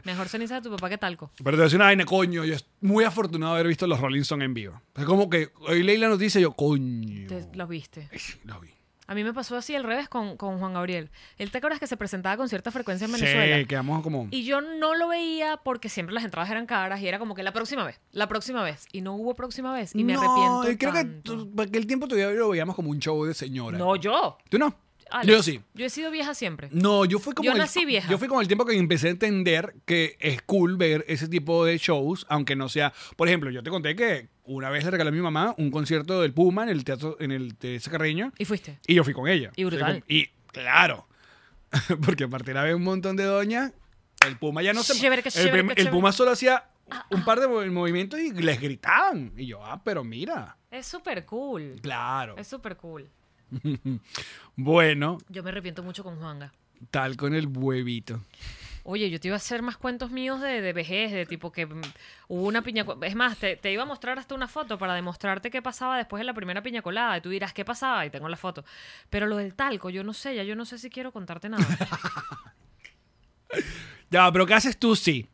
C: Mejor ceniza de tu papá que talco.
B: Pero te voy a decir una vaina, coño, yo es muy afortunado de haber visto los Rolling Stones en vivo. Es como que hoy leí la noticia y yo, coño.
C: Te- los viste.
B: Los vi.
C: A mí me pasó así al revés con, con Juan Gabriel. Él te acuerdas que se presentaba con cierta frecuencia en Venezuela.
B: Sí, quedamos como.
C: Y yo no lo veía porque siempre las entradas eran caras y era como que la próxima vez, la próxima vez. Y no hubo próxima vez. Y me
B: No,
C: arrepiento.
B: y creo
C: tanto.
B: que tú- aquel tiempo todavía lo veíamos como un show de señora.
C: No, yo.
B: ¿Tú no?
C: Alex,
B: Yo sí.
C: Yo he sido vieja siempre.
B: No, yo fui como.
C: Yo
B: el-
C: nací vieja.
B: Yo fui como el tiempo que empecé a entender que es cool ver ese tipo de shows, aunque no sea. Por ejemplo, yo te conté que una vez le regalé a mi mamá un concierto del Puma en el teatro, en el Teresa Carreño,
C: Y fuiste.
B: y yo fui con ella.
C: Y brutal.
B: O sea, Y claro, porque a partir de un montón de doñas, el Puma ya no se.
C: Chévere, qué
B: el,
C: chévere,
B: prim-
C: qué
B: el
C: chévere. Ah,
B: Puma solo hacía un par de mov- movimientos y les gritaban. Y yo, ah, pero mira.
C: Es súper cool.
B: Claro.
C: Es súper cool.
B: Bueno,
C: Yo me arrepiento mucho con Juanga.
B: tal con el huevito.
C: Oye, yo te iba a hacer más cuentos míos de, de vejez, de tipo que mm, hubo una piña... co- Es más, te, te iba a mostrar hasta una foto para demostrarte qué pasaba después de la primera piña colada. Y tú dirás, ¿qué pasaba? Y tengo la foto. Pero lo del talco, yo no sé, ya yo no sé si quiero contarte nada.
B: Ya, pero ¿qué haces tú sí?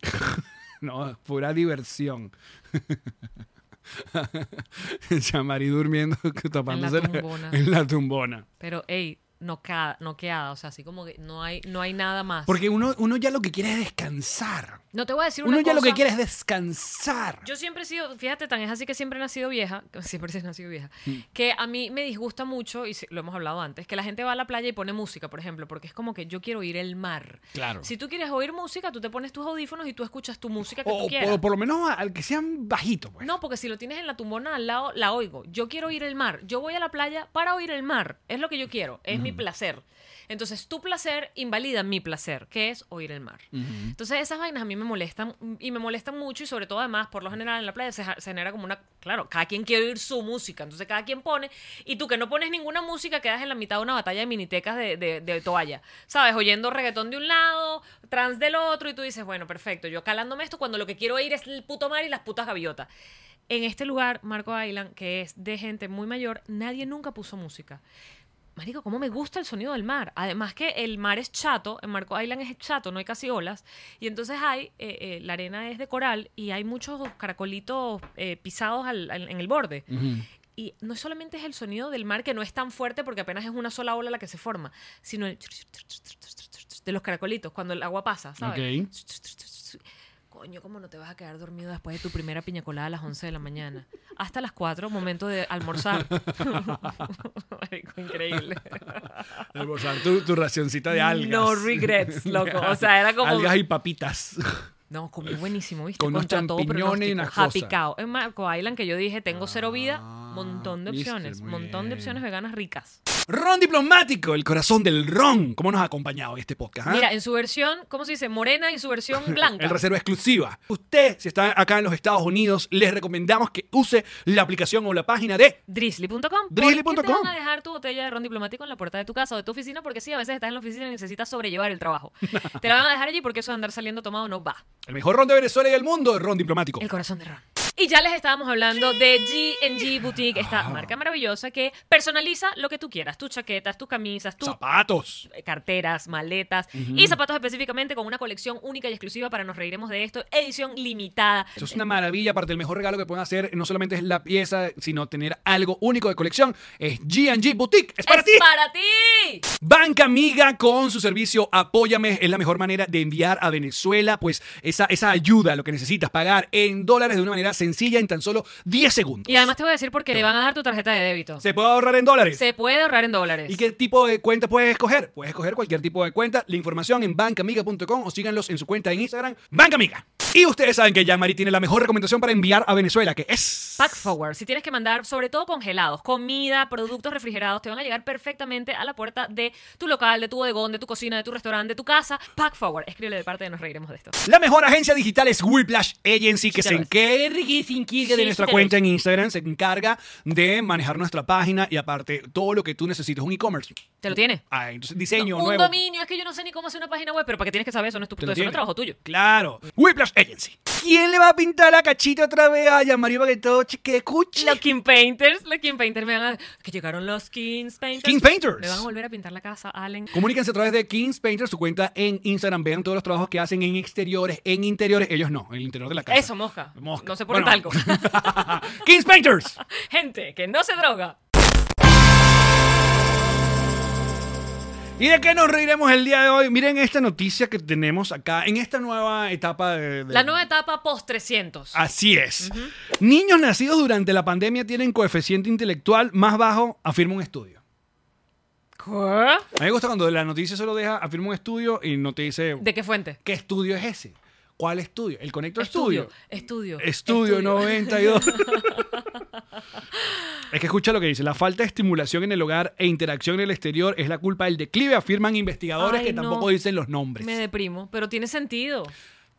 B: no, pura diversión. Chamari durmiendo, tapándose la-
C: tumbona.
B: en la tumbona.
C: Pero, ey, noqueada, noqueada. O sea, así como que no hay, no hay nada más.
B: Porque uno, uno ya lo que quiere es descansar.
C: no te voy a decir una
B: Uno ya lo que
C: cosa.
B: quiere es descansar.
C: Yo siempre he sido, fíjate, tan es así que siempre he nacido vieja, que siempre he nacido vieja,
B: Mm.
C: que a mí me disgusta mucho, y se- lo hemos hablado antes, que la gente va a la playa y pone música, por ejemplo, porque es como que yo quiero oír el mar.
B: Claro.
C: Si tú quieres oír música, tú te pones tus audífonos y tú escuchas tu música que
B: o,
C: tú
B: o
C: quieras.
B: por, por lo menos al que sean bajito, pues.
C: No, porque si lo tienes en la tumbona al lado, la oigo. Yo quiero oír el mar. Yo voy a la playa para oír el mar. Es lo que yo quiero. Es mi placer. Entonces, tu placer invalida mi placer, que es oír el mar. Entonces, esas vainas a mí me molestan y me molestan mucho y sobre todo, además, por lo general en la playa se, ja- se genera como una... Claro, cada quien quiere oír su música. Entonces, cada quien pone y tú que no pones ninguna música quedas en la mitad de una batalla de minitecas de, de- de toalla. ¿Sabes? Oyendo reggaetón de un lado, trans del otro y tú dices, bueno, perfecto, yo calándome esto cuando lo que quiero oír es el puto mar y las putas gaviotas. En este lugar, Marco Island, que es de gente muy mayor, nadie nunca puso música. Marico, cómo me gusta el sonido del mar. Además que el mar es chato, en Marco Island es chato, no hay casi olas. Y entonces hay, eh, eh, la arena es de coral y hay muchos caracolitos eh, pisados al- al- en el borde. Y no solamente es el sonido del mar que no es tan fuerte porque apenas es una sola ola la que se forma, sino el de los caracolitos cuando el agua pasa, ¿sabes?
B: Ok.
C: Coño, ¿cómo no te vas a quedar dormido después de tu primera piña colada a las 11 de la mañana? Hasta las 4, momento de almorzar. Marico, increíble.
B: Almorzar tu, tu racioncita de algas.
C: No regrets, loco. O sea, era como-
B: Algas y papitas.
C: No, comí buenísimo, ¿viste?
B: Con unos
C: Contra todo
B: champiñones y
C: pronóstico.
B: unas
C: Happy
B: cosas.
C: Cow. En Marco Island, que yo dije, tengo cero vida, montón de
B: viste,
C: opciones.
B: muy
C: montón de
B: bien.
C: opciones veganas ricas.
B: Ron diplomático, el corazón del ron. ¿Cómo nos ha acompañado este podcast? ah?
C: Mira, en su versión, ¿cómo se dice? Morena y su versión blanca.
B: El reserva exclusiva. Usted, si está acá en los Estados Unidos, les recomendamos que use la aplicación o la página de
C: Drizzly.com.
B: Drizzly
C: ¿Por qué te
B: punto com?
C: van a dejar tu botella de ron diplomático en la puerta de tu casa o de tu oficina? Porque sí, a veces estás en la oficina y necesitas sobrellevar el trabajo. te la van a dejar allí porque eso de andar saliendo tomado no va.
B: El mejor ron de Venezuela y del mundo, el ron diplomático.
C: El corazón de ron. Y ya les estábamos hablando de G&G Boutique, esta
B: Ah.
C: marca maravillosa que personaliza lo que tú quieras. Tus chaquetas, tus camisas, tus
B: Zapatos.
C: carteras, maletas y zapatos específicamente con una colección única y exclusiva para Nos Reiremos de Esto, edición limitada.
B: Eso es una maravilla. Aparte, el mejor regalo que pueden hacer no solamente es la pieza, sino tener algo único de colección. Es GG Boutique. ¡Es para
C: ¡Es
B: ti!
C: para ti!
B: Banca Amiga con su servicio Apóyame es la mejor manera de enviar a Venezuela pues esa, esa ayuda, lo que necesitas pagar en dólares de una manera sencilla en tan solo 10 segundos.
C: Y además te voy a decir porque le van a dar tu tarjeta de débito.
B: ¿Se puede ahorrar en dólares?
C: Se puede ahorrar en dólares.
B: ¿Y qué tipo de cuenta puedes escoger? Puedes escoger cualquier tipo de cuenta. La información en bancamiga.com o síganlos en su cuenta en Instagram, Bancamiga. Y ustedes saben que Jean-Marie tiene la mejor recomendación para enviar a Venezuela, que es...
C: Pack Forward, si tienes que mandar sobre todo congelados, comida, productos refrigerados, te van a llegar perfectamente a la puerta de tu local, de tu bodegón, de tu cocina, de tu restaurante, de tu casa. Pack Forward, escríbele de parte de Nos Reiremos de Esto.
B: La mejor agencia digital es Whiplash Agency, que
C: Sí,
B: se
C: lo es.
B: encarga y se encarga
C: Sí,
B: de nuestra
C: sí, lo
B: cuenta en Instagram, se encarga de manejar nuestra página y aparte todo lo que tú necesites, un e-commerce.
C: ¿Te lo tiene?
B: Ah, entonces diseño
C: No, un
B: nuevo.
C: dominio, es que yo no sé ni cómo hacer una página web, pero ¿para qué tienes que saber eso? No es tu
B: ¿Te
C: eso no
B: lo
C: es
B: tiene?
C: trabajo tuyo.
B: Claro. Whiplash Agency. ¿Quién le va a pintar la cachita otra vez a Jean-Marie para que todo que escuche?
C: Los King Painters, los King Painters me van a... Que llegaron los King Painters.
B: King Painters.
C: Me van a volver a pintar la casa, Allen.
B: Comuníquense a través de Kings Painter, su cuenta en Instagram. Vean todos los trabajos que hacen en exteriores, en interiores. Ellos no, en el interior de la casa.
C: Eso, mosca.
B: Mosca.
C: No se pone
B: Bueno.
C: talco.
B: Kings Painters.
C: Gente, que no se droga.
B: ¿Y de qué nos reiremos el día de hoy? Miren esta noticia que tenemos acá, en esta nueva etapa de... de-
C: La nueva etapa post 300.
B: Así es. Niños nacidos durante la pandemia tienen coeficiente intelectual más bajo, afirma un estudio.
C: ¿Qué?
B: A mí me gusta cuando la noticia solo deja, afirma un estudio y no te dice
C: ¿De qué fuente?
B: qué estudio es ese. ¿Cuál estudio? El conector estudio.
C: Estudio.
B: Estudio 92. es que escucha lo que dice. La falta de estimulación en el hogar e interacción en el exterior es la culpa del declive, afirman investigadores
C: Ay,
B: que
C: no.
B: tampoco dicen los nombres.
C: Me deprimo, pero tiene sentido.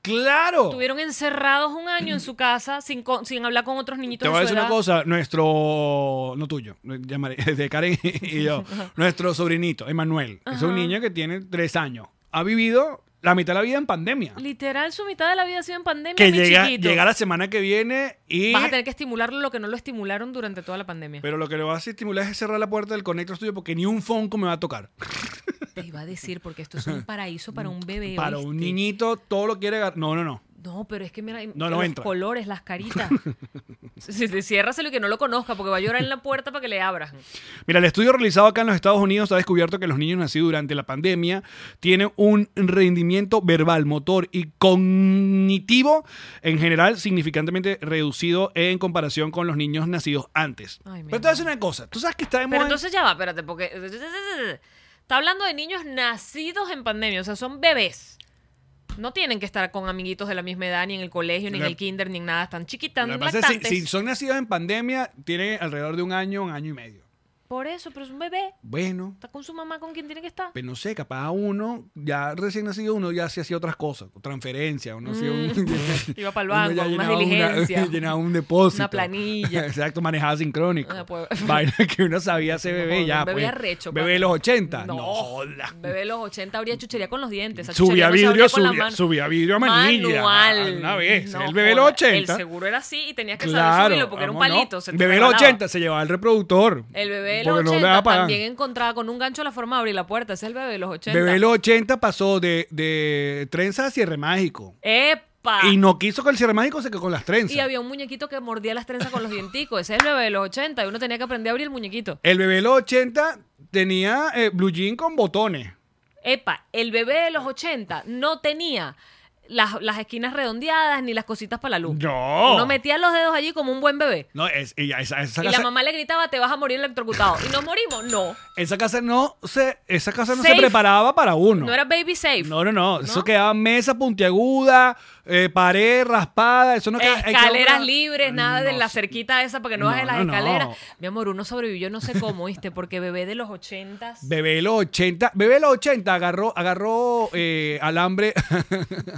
B: ¡Claro!
C: Estuvieron encerrados un año en su casa sin, co- sin hablar con otros niñitos.
B: Te voy
C: de
B: a
C: su
B: decir una
C: edad.
B: cosa, nuestro, no tuyo, llamaré, de Karen y yo, nuestro sobrinito, Emanuel, es un niño que tiene tres años, ha vivido la mitad de la vida en pandemia.
C: Literal, su mitad de la vida ha sido en pandemia.
B: Que
C: mi
B: llega,
C: chiquito.
B: llega la semana que viene y...
C: Vas a tener que estimularlo lo que no lo estimularon durante toda la pandemia.
B: Pero lo que le vas a estimular es cerrar la puerta del conector estudio porque ni un fonco me va a tocar.
C: Te iba a decir, porque esto es un paraíso para un bebé.
B: Para
C: ¿oíste?
B: un niñito todo lo quiere... agar- No, no, no.
C: No, pero es que mira,
B: no
C: los
B: entra.
C: colores, las caritas. si te cierras lo que no lo conozca, porque va a llorar en la puerta para que le abras.
B: Mira, el estudio realizado acá en los Estados Unidos ha descubierto que los niños nacidos durante la pandemia tienen un rendimiento verbal, motor y cognitivo en general significantemente reducido en comparación con los niños nacidos antes.
C: Ay, mi
B: Pero te voy a decir una cosa, tú sabes que está de
C: Pero
B: moda-
C: entonces ya va, espérate, porque. Está hablando de niños nacidos en pandemia, o sea, son bebés. No tienen que estar con amiguitos de la misma edad, ni en el colegio, ni en
B: Lo-
C: el kinder, ni en nada. Están chiquitas,
B: Lo que pasa es que
C: lactantes.
B: si, si son nacidos en pandemia, tienen alrededor de un año, un año y medio.
C: Por eso, pero es un bebé.
B: Bueno,
C: Está con su mamá, con quien tiene que estar.
B: pero no sé, capaz uno, ya recién nacido, uno ya se hacía otras cosas, transferencia, uno hacía un...
C: Iba para el
B: Uno ya
C: banco, unas
B: llenaba una-
C: diligencias.
B: llenaba un depósito.
C: Una planilla.
B: Exacto, manejaba sincrónico.
C: Ah, pues.
B: Vaina que uno sabía ese bebé
C: No,
B: ya.
C: un bebé
B: pues.
C: arrecho,
B: Bebé
C: papi.
B: de los 80. No,
C: No.
B: joda.
C: Bebé de los 80 habría chuchería con los dientes. esa
B: Subía
C: chuchería no se
B: vidrio,
C: abría con la
B: subía,
C: mano.
B: subía vidrio a manilla.
C: Manual.
B: Una vez.
C: No
B: el bebé de los
C: joda,
B: 80.
C: El seguro era así y tenías que saber
B: Claro.
C: subirlo porque era un
B: cómo no.
C: palito. se te
B: bebé de los
C: regalaba.
B: 80 se llevaba el reproductor.
C: El bebé de los
B: porque
C: 80
B: no le daba para-
C: también encontraba con un gancho la forma de abrir la puerta. Ese es el bebé de los 80.
B: Bebé de los 80 pasó de, de trenzas a cierre mágico.
C: ¡Epa!
B: Y
C: Y,
B: no quiso con el cierre mágico, se quedó con las trenzas.
C: había un muñequito que mordía las trenzas con los dienticos. Ese es el bebé de los 80 y uno tenía que aprender a abrir el muñequito.
B: El bebé de los 80 tenía eh, blue jean con botones.
C: Epa, el bebé de los 80 no tenía las, las esquinas redondeadas ni las cositas para la luz.
B: No.
C: Uno metía los dedos allí como un buen bebé.
B: No, es, ella- esa, esa
C: Y
B: casa,
C: la mamá le gritaba, te vas a morir electrocutado. ¿Y nos morimos? No.
B: esa casa no se, esa casa no se
C: Safe.
B: preparaba para uno.
C: No era baby safe.
B: no, no, no. Eso
C: ¿No?
B: quedaba mesa puntiaguda, eh, pared raspada, eso no quedaba- hay que
C: Escaleras
B: una-
C: libres, nada de
B: No
C: la
B: sé.
C: cerquita esa para que no,
B: No,
C: bajes las
B: no, no.
C: escaleras. Mi amor, uno sobrevivió no sé cómo, ¿viste? Porque bebé de los ochentas.
B: Bebé de los 80, bebé de los 80 agarró, agarró eh, alambre,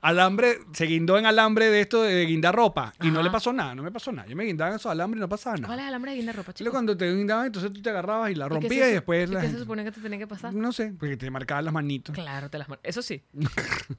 B: alambre, se guindó en alambre de esto de guindar ropa y no
C: Ajá.
B: le pasó nada, no me pasó nada. Yo me guindaba en esos alambres y no pasaba nada.
C: ¿Cuál es el alambre de guinda ropa,
B: Entonces,
C: chico?
B: cuando te guindaban, entonces tú te agarrabas y la
C: pues. ¿Y qué
B: rompías y,
C: se-
B: después
C: ¿y
B: la
C: qué se
B: gente-
C: supone que te tenía que pasar?
B: no sé, porque te marcaban las manitos.
C: Claro, te las mar- Eso sí.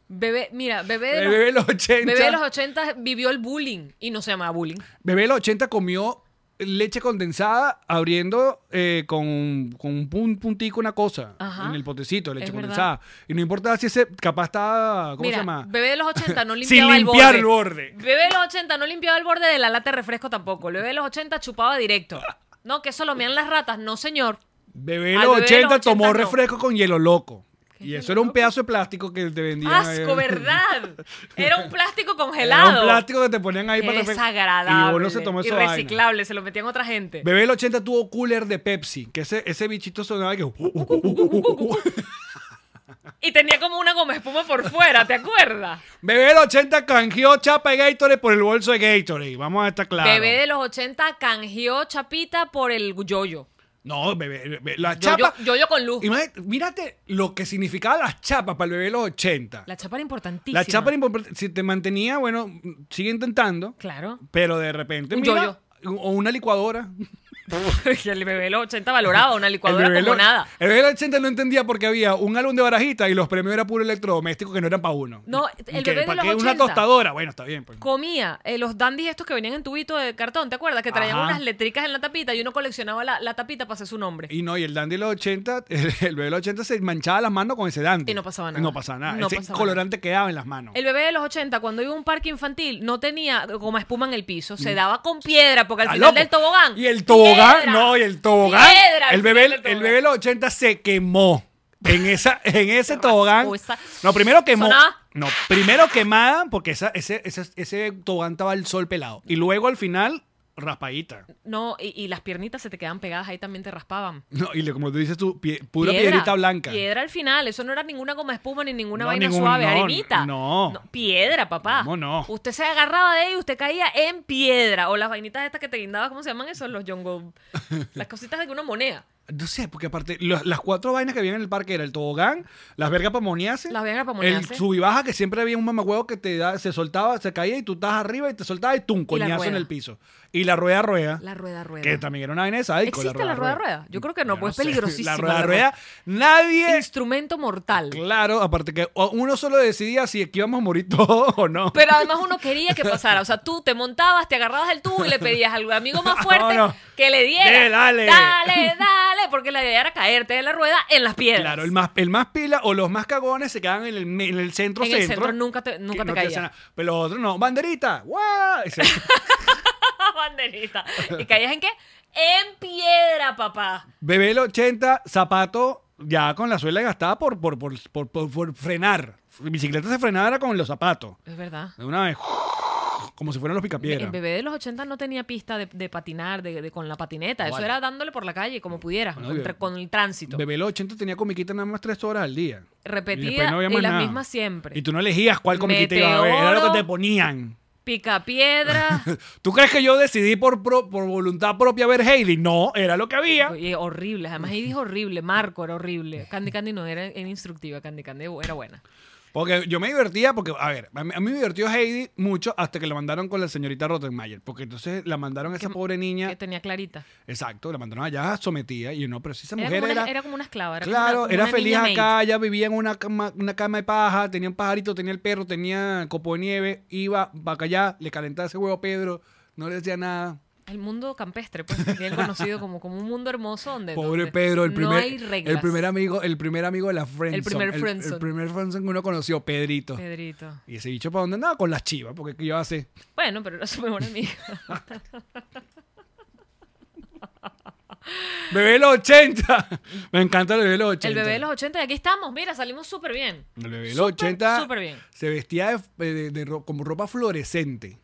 C: Bebé, mira, bebé de,
B: El
C: los,
B: bebé de los 80.
C: bebé de los ochentas vivió el bullying y no se llamaba bullying.
B: Bebé de los 80 comió leche condensada abriendo eh, con, con un pun- puntico una cosa
C: Ajá.
B: en el potecito, leche
C: Es verdad.
B: condensada. Y no importaba si ese capaz estaba, ¿cómo
C: mira,
B: se llama?
C: bebé de los 80 no
B: Sin
C: limpiaba
B: limpiar el
C: el borde.
B: borde.
C: Bebé de los 80 no limpiaba el borde de la lata de refresco tampoco. El bebé de los 80 chupaba directo. No, que eso lo mean las ratas. No, señor.
B: Bebé de
C: Al
B: los
C: bebé de
B: 80,
C: los 80
B: tomó
C: no.
B: refresco con hielo loco.
C: ¿Qué
B: Y
C: hielo
B: eso era un
C: loco?
B: pedazo de plástico que te vendían.
C: Asco,
B: eh,
C: ¿verdad? Era un plástico
B: Era
C: congelado.
B: un plástico que te ponían ahí
C: Qué
B: para refresco.
C: desagradable.
B: Y uno se tomó esa vaina.
C: Irreciclable, se lo metían otra gente.
B: Bebé del 80 tuvo cooler de Pepsi, que ese, ese bichito sonaba que... uh,
C: Y tenía como una goma espuma por fuera, ¿te acuerdas?
B: Bebé del 80 canjeó chapa de Gatorade por el bolso de Gatorade. Vamos a estar claros.
C: Bebé de los 80 canjeó chapita por el yoyo.
B: No, bebé, bebé, la
C: Yoyo,
B: chapa...
C: yoyo con luz.
B: Imagínate, mírate lo que significaba las chapas para el bebé de los 80. La,
C: La chapa era importantísima.
B: chapa era importante. Si te mantenía, bueno, sigue intentando,
C: Claro.
B: pero de repente...
C: Un
B: mira, O una licuadora.
C: Y el bebé de los 80 valoraba una licuadora
B: bebé de
C: como
B: los-
C: nada.
B: El bebé del 80 no entendía porque había un álbum de barajita y los premios eran puro electrodoméstico que no eran para uno.
C: No,
B: ¿Y
C: el
B: qué?
C: bebé de
B: ¿Para
C: los
B: qué una
C: 80?
B: tostadora? Bueno, está bien. pues.
C: Comía eh, los dandies estos que venían en tubito de cartón, ¿te acuerdas? Que traían
B: Ajá.
C: unas letricas en la tapita y uno coleccionaba la, la tapita para hacer su nombre.
B: Y no, y el dandy de los 80, el, el bebé de los 80 se manchaba las manos con ese dandy.
C: Y no pasaba nada.
B: No pasaba nada.
C: No
B: ese
C: pasaba
B: colorante quedaba en las manos.
C: El bebé de los 80, cuando iba a un parque infantil, no tenía goma espuma en el piso, se daba con piedra, porque al
B: Mm. Está
C: final
B: loco.
C: del tobogán.
B: Y el tobogán,
C: ¡Piedra!
B: no, y el tobogán.
C: ¡Piedra al
B: el, bebé,
C: final del
B: el bebé de los 80 se quemó. en, esa, en ese tobogán.
C: rasposa.
B: No, primero quemó.
C: Sonaba.
B: No, primero quemada, porque esa, ese, ese, ese tobogán estaba al sol pelado. Y luego al final, raspadita.
C: No, y, y las piernitas se te quedan pegadas, ahí también te raspaban.
B: No, y le- como tú dices tú, pie- pura piedrita blanca.
C: Piedra al final, eso no era ninguna goma de espuma ni ninguna
B: No,
C: vaina
B: ningún-
C: suave,
B: no,
C: arenita.
B: no.
C: Piedra, papá.
B: ¿Cómo no?
C: Usted se agarraba de ella y usted caía en piedra. O las vainitas estas que te guindabas, ¿cómo se llaman esos? Los jongo. las cositas de que uno monea.
B: No sé, porque aparte, lo- las cuatro vainas que había en el parque era el tobogán, las vergas pamoneases,
C: Las vergas
B: el
C: pamoneases.
B: sub y baja, que siempre había un mamagüevo que te da, se soltaba, se caía y tú estás arriba y te soltaba y tú un coñazo en
C: rueda.
B: el piso. Y la rueda rueda.
C: La rueda rueda.
B: Que también era una vaina de sádico,
C: ¿Existe la rueda rueda? Yo creo que no, pues es
B: sé.
C: peligrosísima
B: La
C: la
B: rueda
C: rueda.
B: rueda, nadie.
C: Instrumento mortal.
B: Claro, aparte que o- uno solo decidía si aquí íbamos a morir todos o no.
C: Pero además uno quería que pasara. O sea, tú te montabas, te agarrabas del tubo y le pedías al amigo más fuerte
B: No, no.
C: que le diera.
B: Dale, dale.
C: Dale, dale. Porque la idea era caerte de la rueda en las piedras.
B: Claro, el más, el más pila o los más cagones se quedan en el, me- en el centro
C: En el
B: centro.
C: centro nunca te- nunca
B: que
C: te
B: no
C: caía.
B: hacen nada. Pero los otros no. ¡Banderita! ¡Guau! Y se-
C: banderita. ¿Y caías en qué? En piedra, papá.
B: Bebé el 80, zapato ya con la suela gastada por, por, por, por, por- por frenar. Bicicleta se frenaba era con los zapatos.
C: Es verdad.
B: De una vez, como si fueran los
C: El
B: picapiedras.
C: bebé de los 80 no tenía pista de, de patinar de, de- con la patineta. Eso
B: Vale.
C: era dándole por la calle como pudiera,
B: Bueno,
C: con,
B: bebé.
C: tra- con el tránsito.
B: Bebé el 80 tenía comiquita nada más tres horas al día.
C: Repetida
B: después había
C: y
B: más
C: las
B: nada.
C: mismas siempre.
B: Y tú no elegías cuál comiquita iba a ver, era lo
C: Meteoro.
B: que te ponían.
C: Pica piedra.
B: ¿Tú crees que yo decidí por, pro- por voluntad propia ver Hailey? No, era lo que había.
C: Y horrible, además ahí dijo horrible, Marco era horrible. Candy Candy no era, era instructiva, Candy Candy era buena.
B: Porque yo me divertía, porque, a ver, a mí, a mí me divertió Heidi mucho hasta que la mandaron con la señorita Rottenmeier. Porque entonces la mandaron a esa pobre niña.
C: Que tenía clarita.
B: Exacto, la mandaron allá sometida. Y no, pero si esa
C: Era
B: mujer
C: como,
B: era.
C: una, era como una esclava. Era como una-
B: claro,
C: como
B: era
C: una
B: feliz
C: niña maid.
B: acá, ya vivía en una cama, una cama de paja, tenía un pajarito, tenía el perro, tenía copo de nieve, iba para allá, le calentaba ese huevo a Pedro, no le decía nada.
C: El mundo campestre, pues, que él conocido como, como un mundo hermoso donde.
B: Pobre
C: donde
B: Pedro, el primer,
C: No hay reglas.
B: el primer amigo, el primer amigo de la friendzone,
C: primer friendzone.
B: el primer friendzone que uno conoció, Pedrito.
C: Pedrito.
B: Y ese bicho para dónde andaba con las chivas, porque qué iba a hacer.
C: Bueno, pero era su mejor amiga.
B: Bebé de los 80. Me encanta el bebé de los 80.
C: El bebé de los 80, y aquí estamos, mira, salimos súper bien.
B: El bebé de los
C: Súper,
B: 80
C: súper bien.
B: se vestía de, eh, de- de ro- como ropa fluorescente.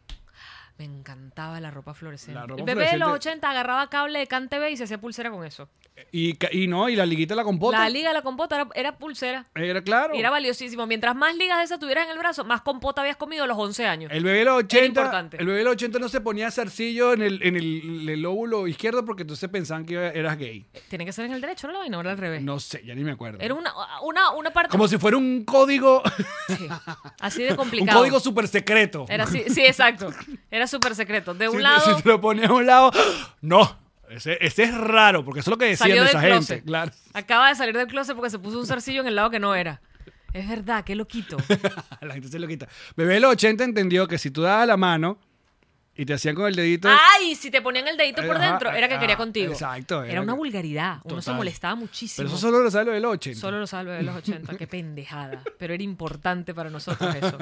C: Me encantaba la ropa fluorescente.
B: La ropa
C: el bebé de los
B: fluorescente.
C: 80 agarraba cable de CanTV y se hacía pulsera con eso.
B: Y, ca- y no, y la liguita la compota.
C: La liga de la compota era, era pulsera.
B: Era claro.
C: Y era valiosísimo. Mientras más ligas de esas tuvieras en el brazo, más compota habías comido a los 11 años.
B: el bebé de los 80,
C: importante.
B: el bebé de los 80 no se ponía zarcillo en el, en el, en el lóbulo izquierdo porque entonces pensaban que eras gay.
C: Tiene que ser en el derecho, ¿no? La vaina, ¿O era al revés.
B: No sé, ya ni me acuerdo.
C: Era una, una, una parte
B: Como si fuera un código,
C: Sí. así de
B: un
C: complicado.
B: código súper secreto.
C: Era así, sí, exacto. Era súper secreto. De un
B: si,
C: lado,
B: Te, si te lo pones a un lado, no. Ese, ese es raro, porque eso es lo que decían
C: Salió
B: de
C: del
B: esa gente.
C: closet.
B: Claro.
C: acaba de salir del closet porque se puso un zarcillo en el lado que no era. Es verdad, qué loquito.
B: la gente se lo quita. Bebé de los 80 entendió que si tú dabas la mano y te hacían con el dedito.
C: Ay, si te ponían el dedito por
B: Ajá,
C: dentro, era que
B: ajá,
C: quería contigo.
B: exacto,
C: Era,
B: era
C: una
B: que-
C: vulgaridad. Uno se
B: Total.
C: molestaba muchísimo.
B: pero eso solo lo sabe lo del 80.
C: Solo lo sabe de los 80, qué pendejada. Pero era importante para nosotros eso.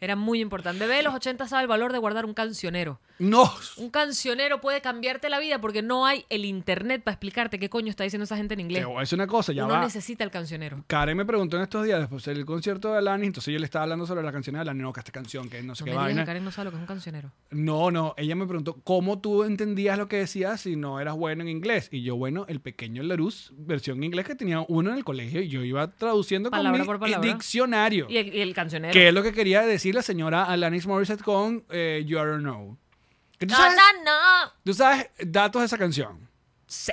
C: Era muy importante. Bebé de los 80 sabe el valor de guardar un cancionero.
B: No.
C: Un cancionero puede cambiarte la vida porque no hay el internet para explicarte qué coño está diciendo esa gente en
B: Te
C: inglés.
B: voy a decir una cosa, ya
C: Uno
B: va.
C: necesita el cancionero.
B: Karen me preguntó en estos días después del concierto de Alanis, entonces yo le estaba hablando sobre las canciones de Alanis, no, que esta canción, que no sé qué
C: No me digas que
B: vaina.
C: Karen no sabe lo que es un cancionero.
B: No, no, ella me preguntó cómo tú entendías lo que decías si no eras bueno en inglés. Y yo, bueno, el pequeño Larus, versión inglés que tenía uno en el colegio, y yo iba traduciendo
C: Palabra
B: con
C: por
B: mi eh,
C: palabra.
B: diccionario.
C: Y el, y el cancionero.
B: ¿Qué es lo que quería decir la señora Alanis Morissette con eh, You Are Know? Que tú,
C: No,
B: sabes,
C: no, no.
B: tú sabes datos de esa canción.
C: Sí.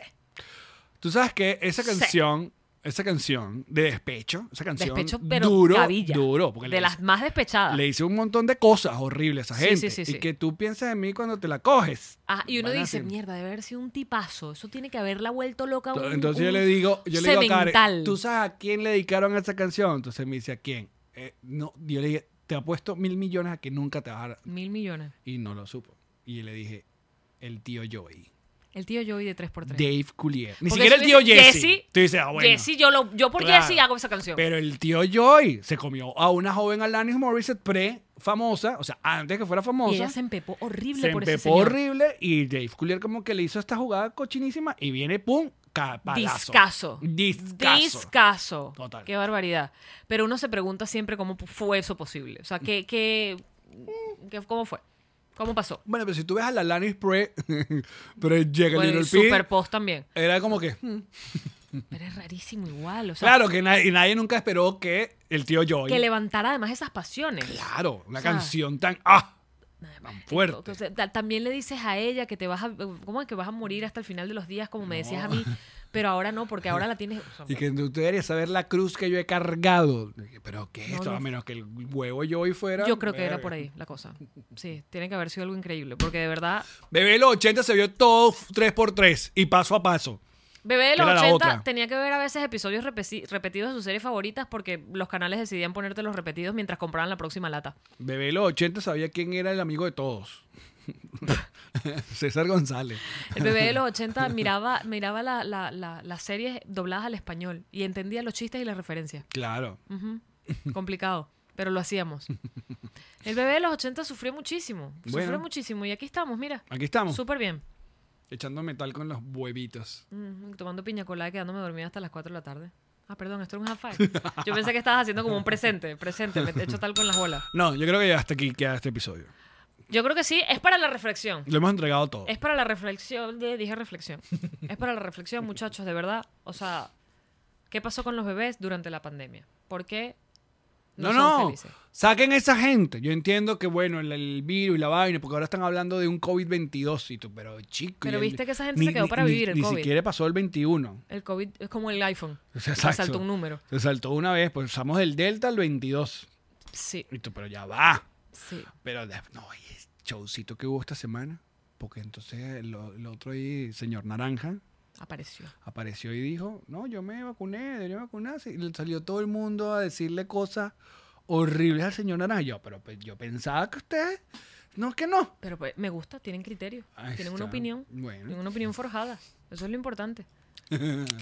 B: Tú sabes que esa
C: Sí.
B: canción, esa canción de despecho, esa canción
C: Despecho, pero
B: duro,
C: cabilla.
B: duro, porque
C: de
B: le,
C: las más despechadas.
B: le hice un montón de cosas horribles a esa
C: Sí,
B: gente.
C: sí, sí, sí.
B: Y que tú piensas en mí cuando te la coges.
C: Ah, y uno
B: Van a
C: dice,
B: decir-
C: mierda, debe haber sido un tipazo. Eso tiene que haberla vuelto loca. un-
B: Entonces yo
C: un
B: le digo, yo le digo a
C: semental.
B: Karen, ¿tú sabes a quién le dedicaron esa canción? Entonces me dice, ¿a quién? Eh, no, yo le dije, te apuesto mil millones a que nunca te vas a dar.
C: Mil millones.
B: Y no lo supo. Y le dije, el tío Joey.
C: El tío Joey de 3x3.
B: Dave Coulier. Ni
C: Porque
B: siquiera
C: eso
B: el tío
C: dice
B: Jesse.
C: Jesse.
B: Tú dices, ah, bueno.
C: Jesse, yo, lo, yo por
B: Claro.
C: Jesse hago esa canción.
B: Pero el tío Joy se comió a una joven Alanis Morissette pre-famosa, o sea, antes que fuera famosa.
C: y ella se empepó horrible
B: se
C: por
B: empepó
C: ese señor.
B: horrible y Dave Coulier como que le hizo esta jugada cochinísima y viene, pum, ca- palazo.
C: Discaso.
B: Discaso.
C: Discaso.
B: Total.
C: Qué barbaridad. Pero uno se pregunta siempre cómo pu- fue eso posible. O sea, ¿qué, qué, qué- cómo fue? ¿Cómo pasó?
B: Bueno, pero si tú ves a la Lanis Pre, pero llega
C: Bueno,
B: el
C: el
B: Little Pig,
C: super post también.
B: era como que... hmm.
C: Pero es rarísimo igual. O Mm, sea,
B: Claro, que nadie, nadie nunca esperó que el tío Joy...
C: que levantara además esas pasiones.
B: Claro, una
C: O sea,
B: canción tan... ¡Ah! Tan fuerte.
C: Entonces, ta- también le dices a ella que te vas a, ¿cómo es que vas a morir hasta el final de los días, como me decías a mí? Pero ahora no, porque ahora la tienes. o sea,
B: Y que tú deberías saber la cruz que yo he cargado. Pero ¿qué es
C: No,
B: esto?
C: no.
B: A menos que el huevo Joy fuera...
C: yo creo que era por
B: Verga.
C: ahí la cosa. Sí, tiene que haber sido algo increíble, porque de verdad,
B: Bebé de los 80 se vio todo 3x3 y paso a paso.
C: bebé de los
B: Era la
C: 80
B: otra.
C: tenía que ver a veces episodios repesi- repetidos de sus series favoritas, porque los canales decidían ponerte los repetidos mientras compraban la próxima lata.
B: Bebé de los 80 sabía quién era el amigo de todos. César González.
C: El bebé de los 80 miraba, miraba la- la- la- las series dobladas al español y entendía los chistes y las referencias.
B: Claro.
C: Ujú. Complicado, pero lo hacíamos. El bebé de los 80 sufrió muchísimo, sufrió
B: Bueno.
C: muchísimo y aquí estamos, mira.
B: Aquí estamos.
C: Súper bien.
B: Echando metal con los huevitos.
C: Ujú, Tomando piña colada, y quedándome dormida hasta las 4 de la tarde. Ah, perdón, esto era un half five. Yo pensé que estabas haciendo como un presente, presente, me he hecho tal con las bolas.
B: No, yo creo que ya hasta aquí queda este episodio.
C: Yo creo que sí, es para la reflexión.
B: Lo hemos entregado todo.
C: Es para la reflexión, de- dije reflexión. Es para la reflexión, muchachos, de verdad. O sea, ¿qué pasó con los bebés durante la pandemia? ¿Por qué no,
B: No,
C: son
B: no.
C: felices?
B: Saquen a esa gente. Yo entiendo que, bueno, el, el virus y la vaina, porque ahora están hablando de un COVID-22 y tú, pero chico.
C: Pero
B: y el-
C: viste que esa gente se quedó para vivir el
B: ni
C: COVID.
B: Ni siquiera pasó el 21.
C: El COVID es como el iPhone.
B: Se
C: Te saltó un número.
B: Se saltó una vez, pues usamos del Delta al 22.
C: Sí,
B: Y tú, pero ya va.
C: sí.
B: Pero de- no, y el showcito que hubo esta semana, porque entonces el, o- el otro ahí, señor Naranja,
C: Apareció.
B: apareció y dijo, no, yo me vacuné, debería vacunarse. Y le salió todo el mundo a decirle cosas horribles al señor Naranja. Yo, pero pues, yo pensaba que ustedes, no, que no.
C: Pero pues, me gusta, tienen criterio.
B: Ahí
C: tienen una
B: está.
C: opinión.
B: Bueno.
C: Tienen una opinión forjada. Eso es lo importante.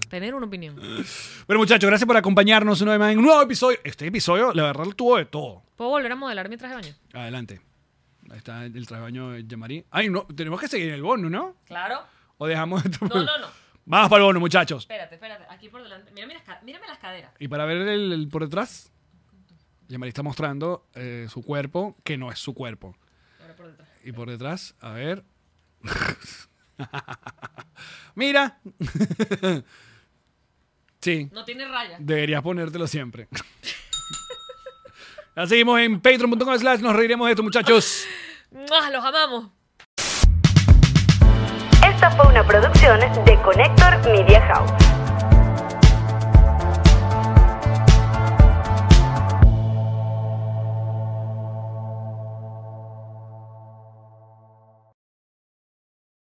C: Tener una opinión.
B: Bueno, muchachos, gracias por acompañarnos una vez más en un nuevo episodio. Este episodio, la verdad, lo tuvo de todo.
C: ¿Puedo volver a modelar mi traje de baño?
B: Adelante. Ahí está el, el trabaño de Yamarí. Ay, no, tenemos que seguir en el bono, ¿no?
C: Claro.
B: O dejamos esto.
C: No, no, no.
B: Vamos para el bono, muchachos.
C: Espérate, espérate. Aquí por delante. Mírame las, ca- mírame las caderas.
B: Y para ver el, el por detrás, Yamari está mostrando eh, su cuerpo, que no es su cuerpo.
C: Ahora por detrás.
B: Y por detrás, a ver. Mira. sí,
C: No tiene raya.
B: deberías ponértelo siempre. La seguimos en patreon.com slash. Nos reiremos de esto, muchachos.
C: ¡Mua! ¡Los amamos!
A: Esta fue una producción de Connector Media House.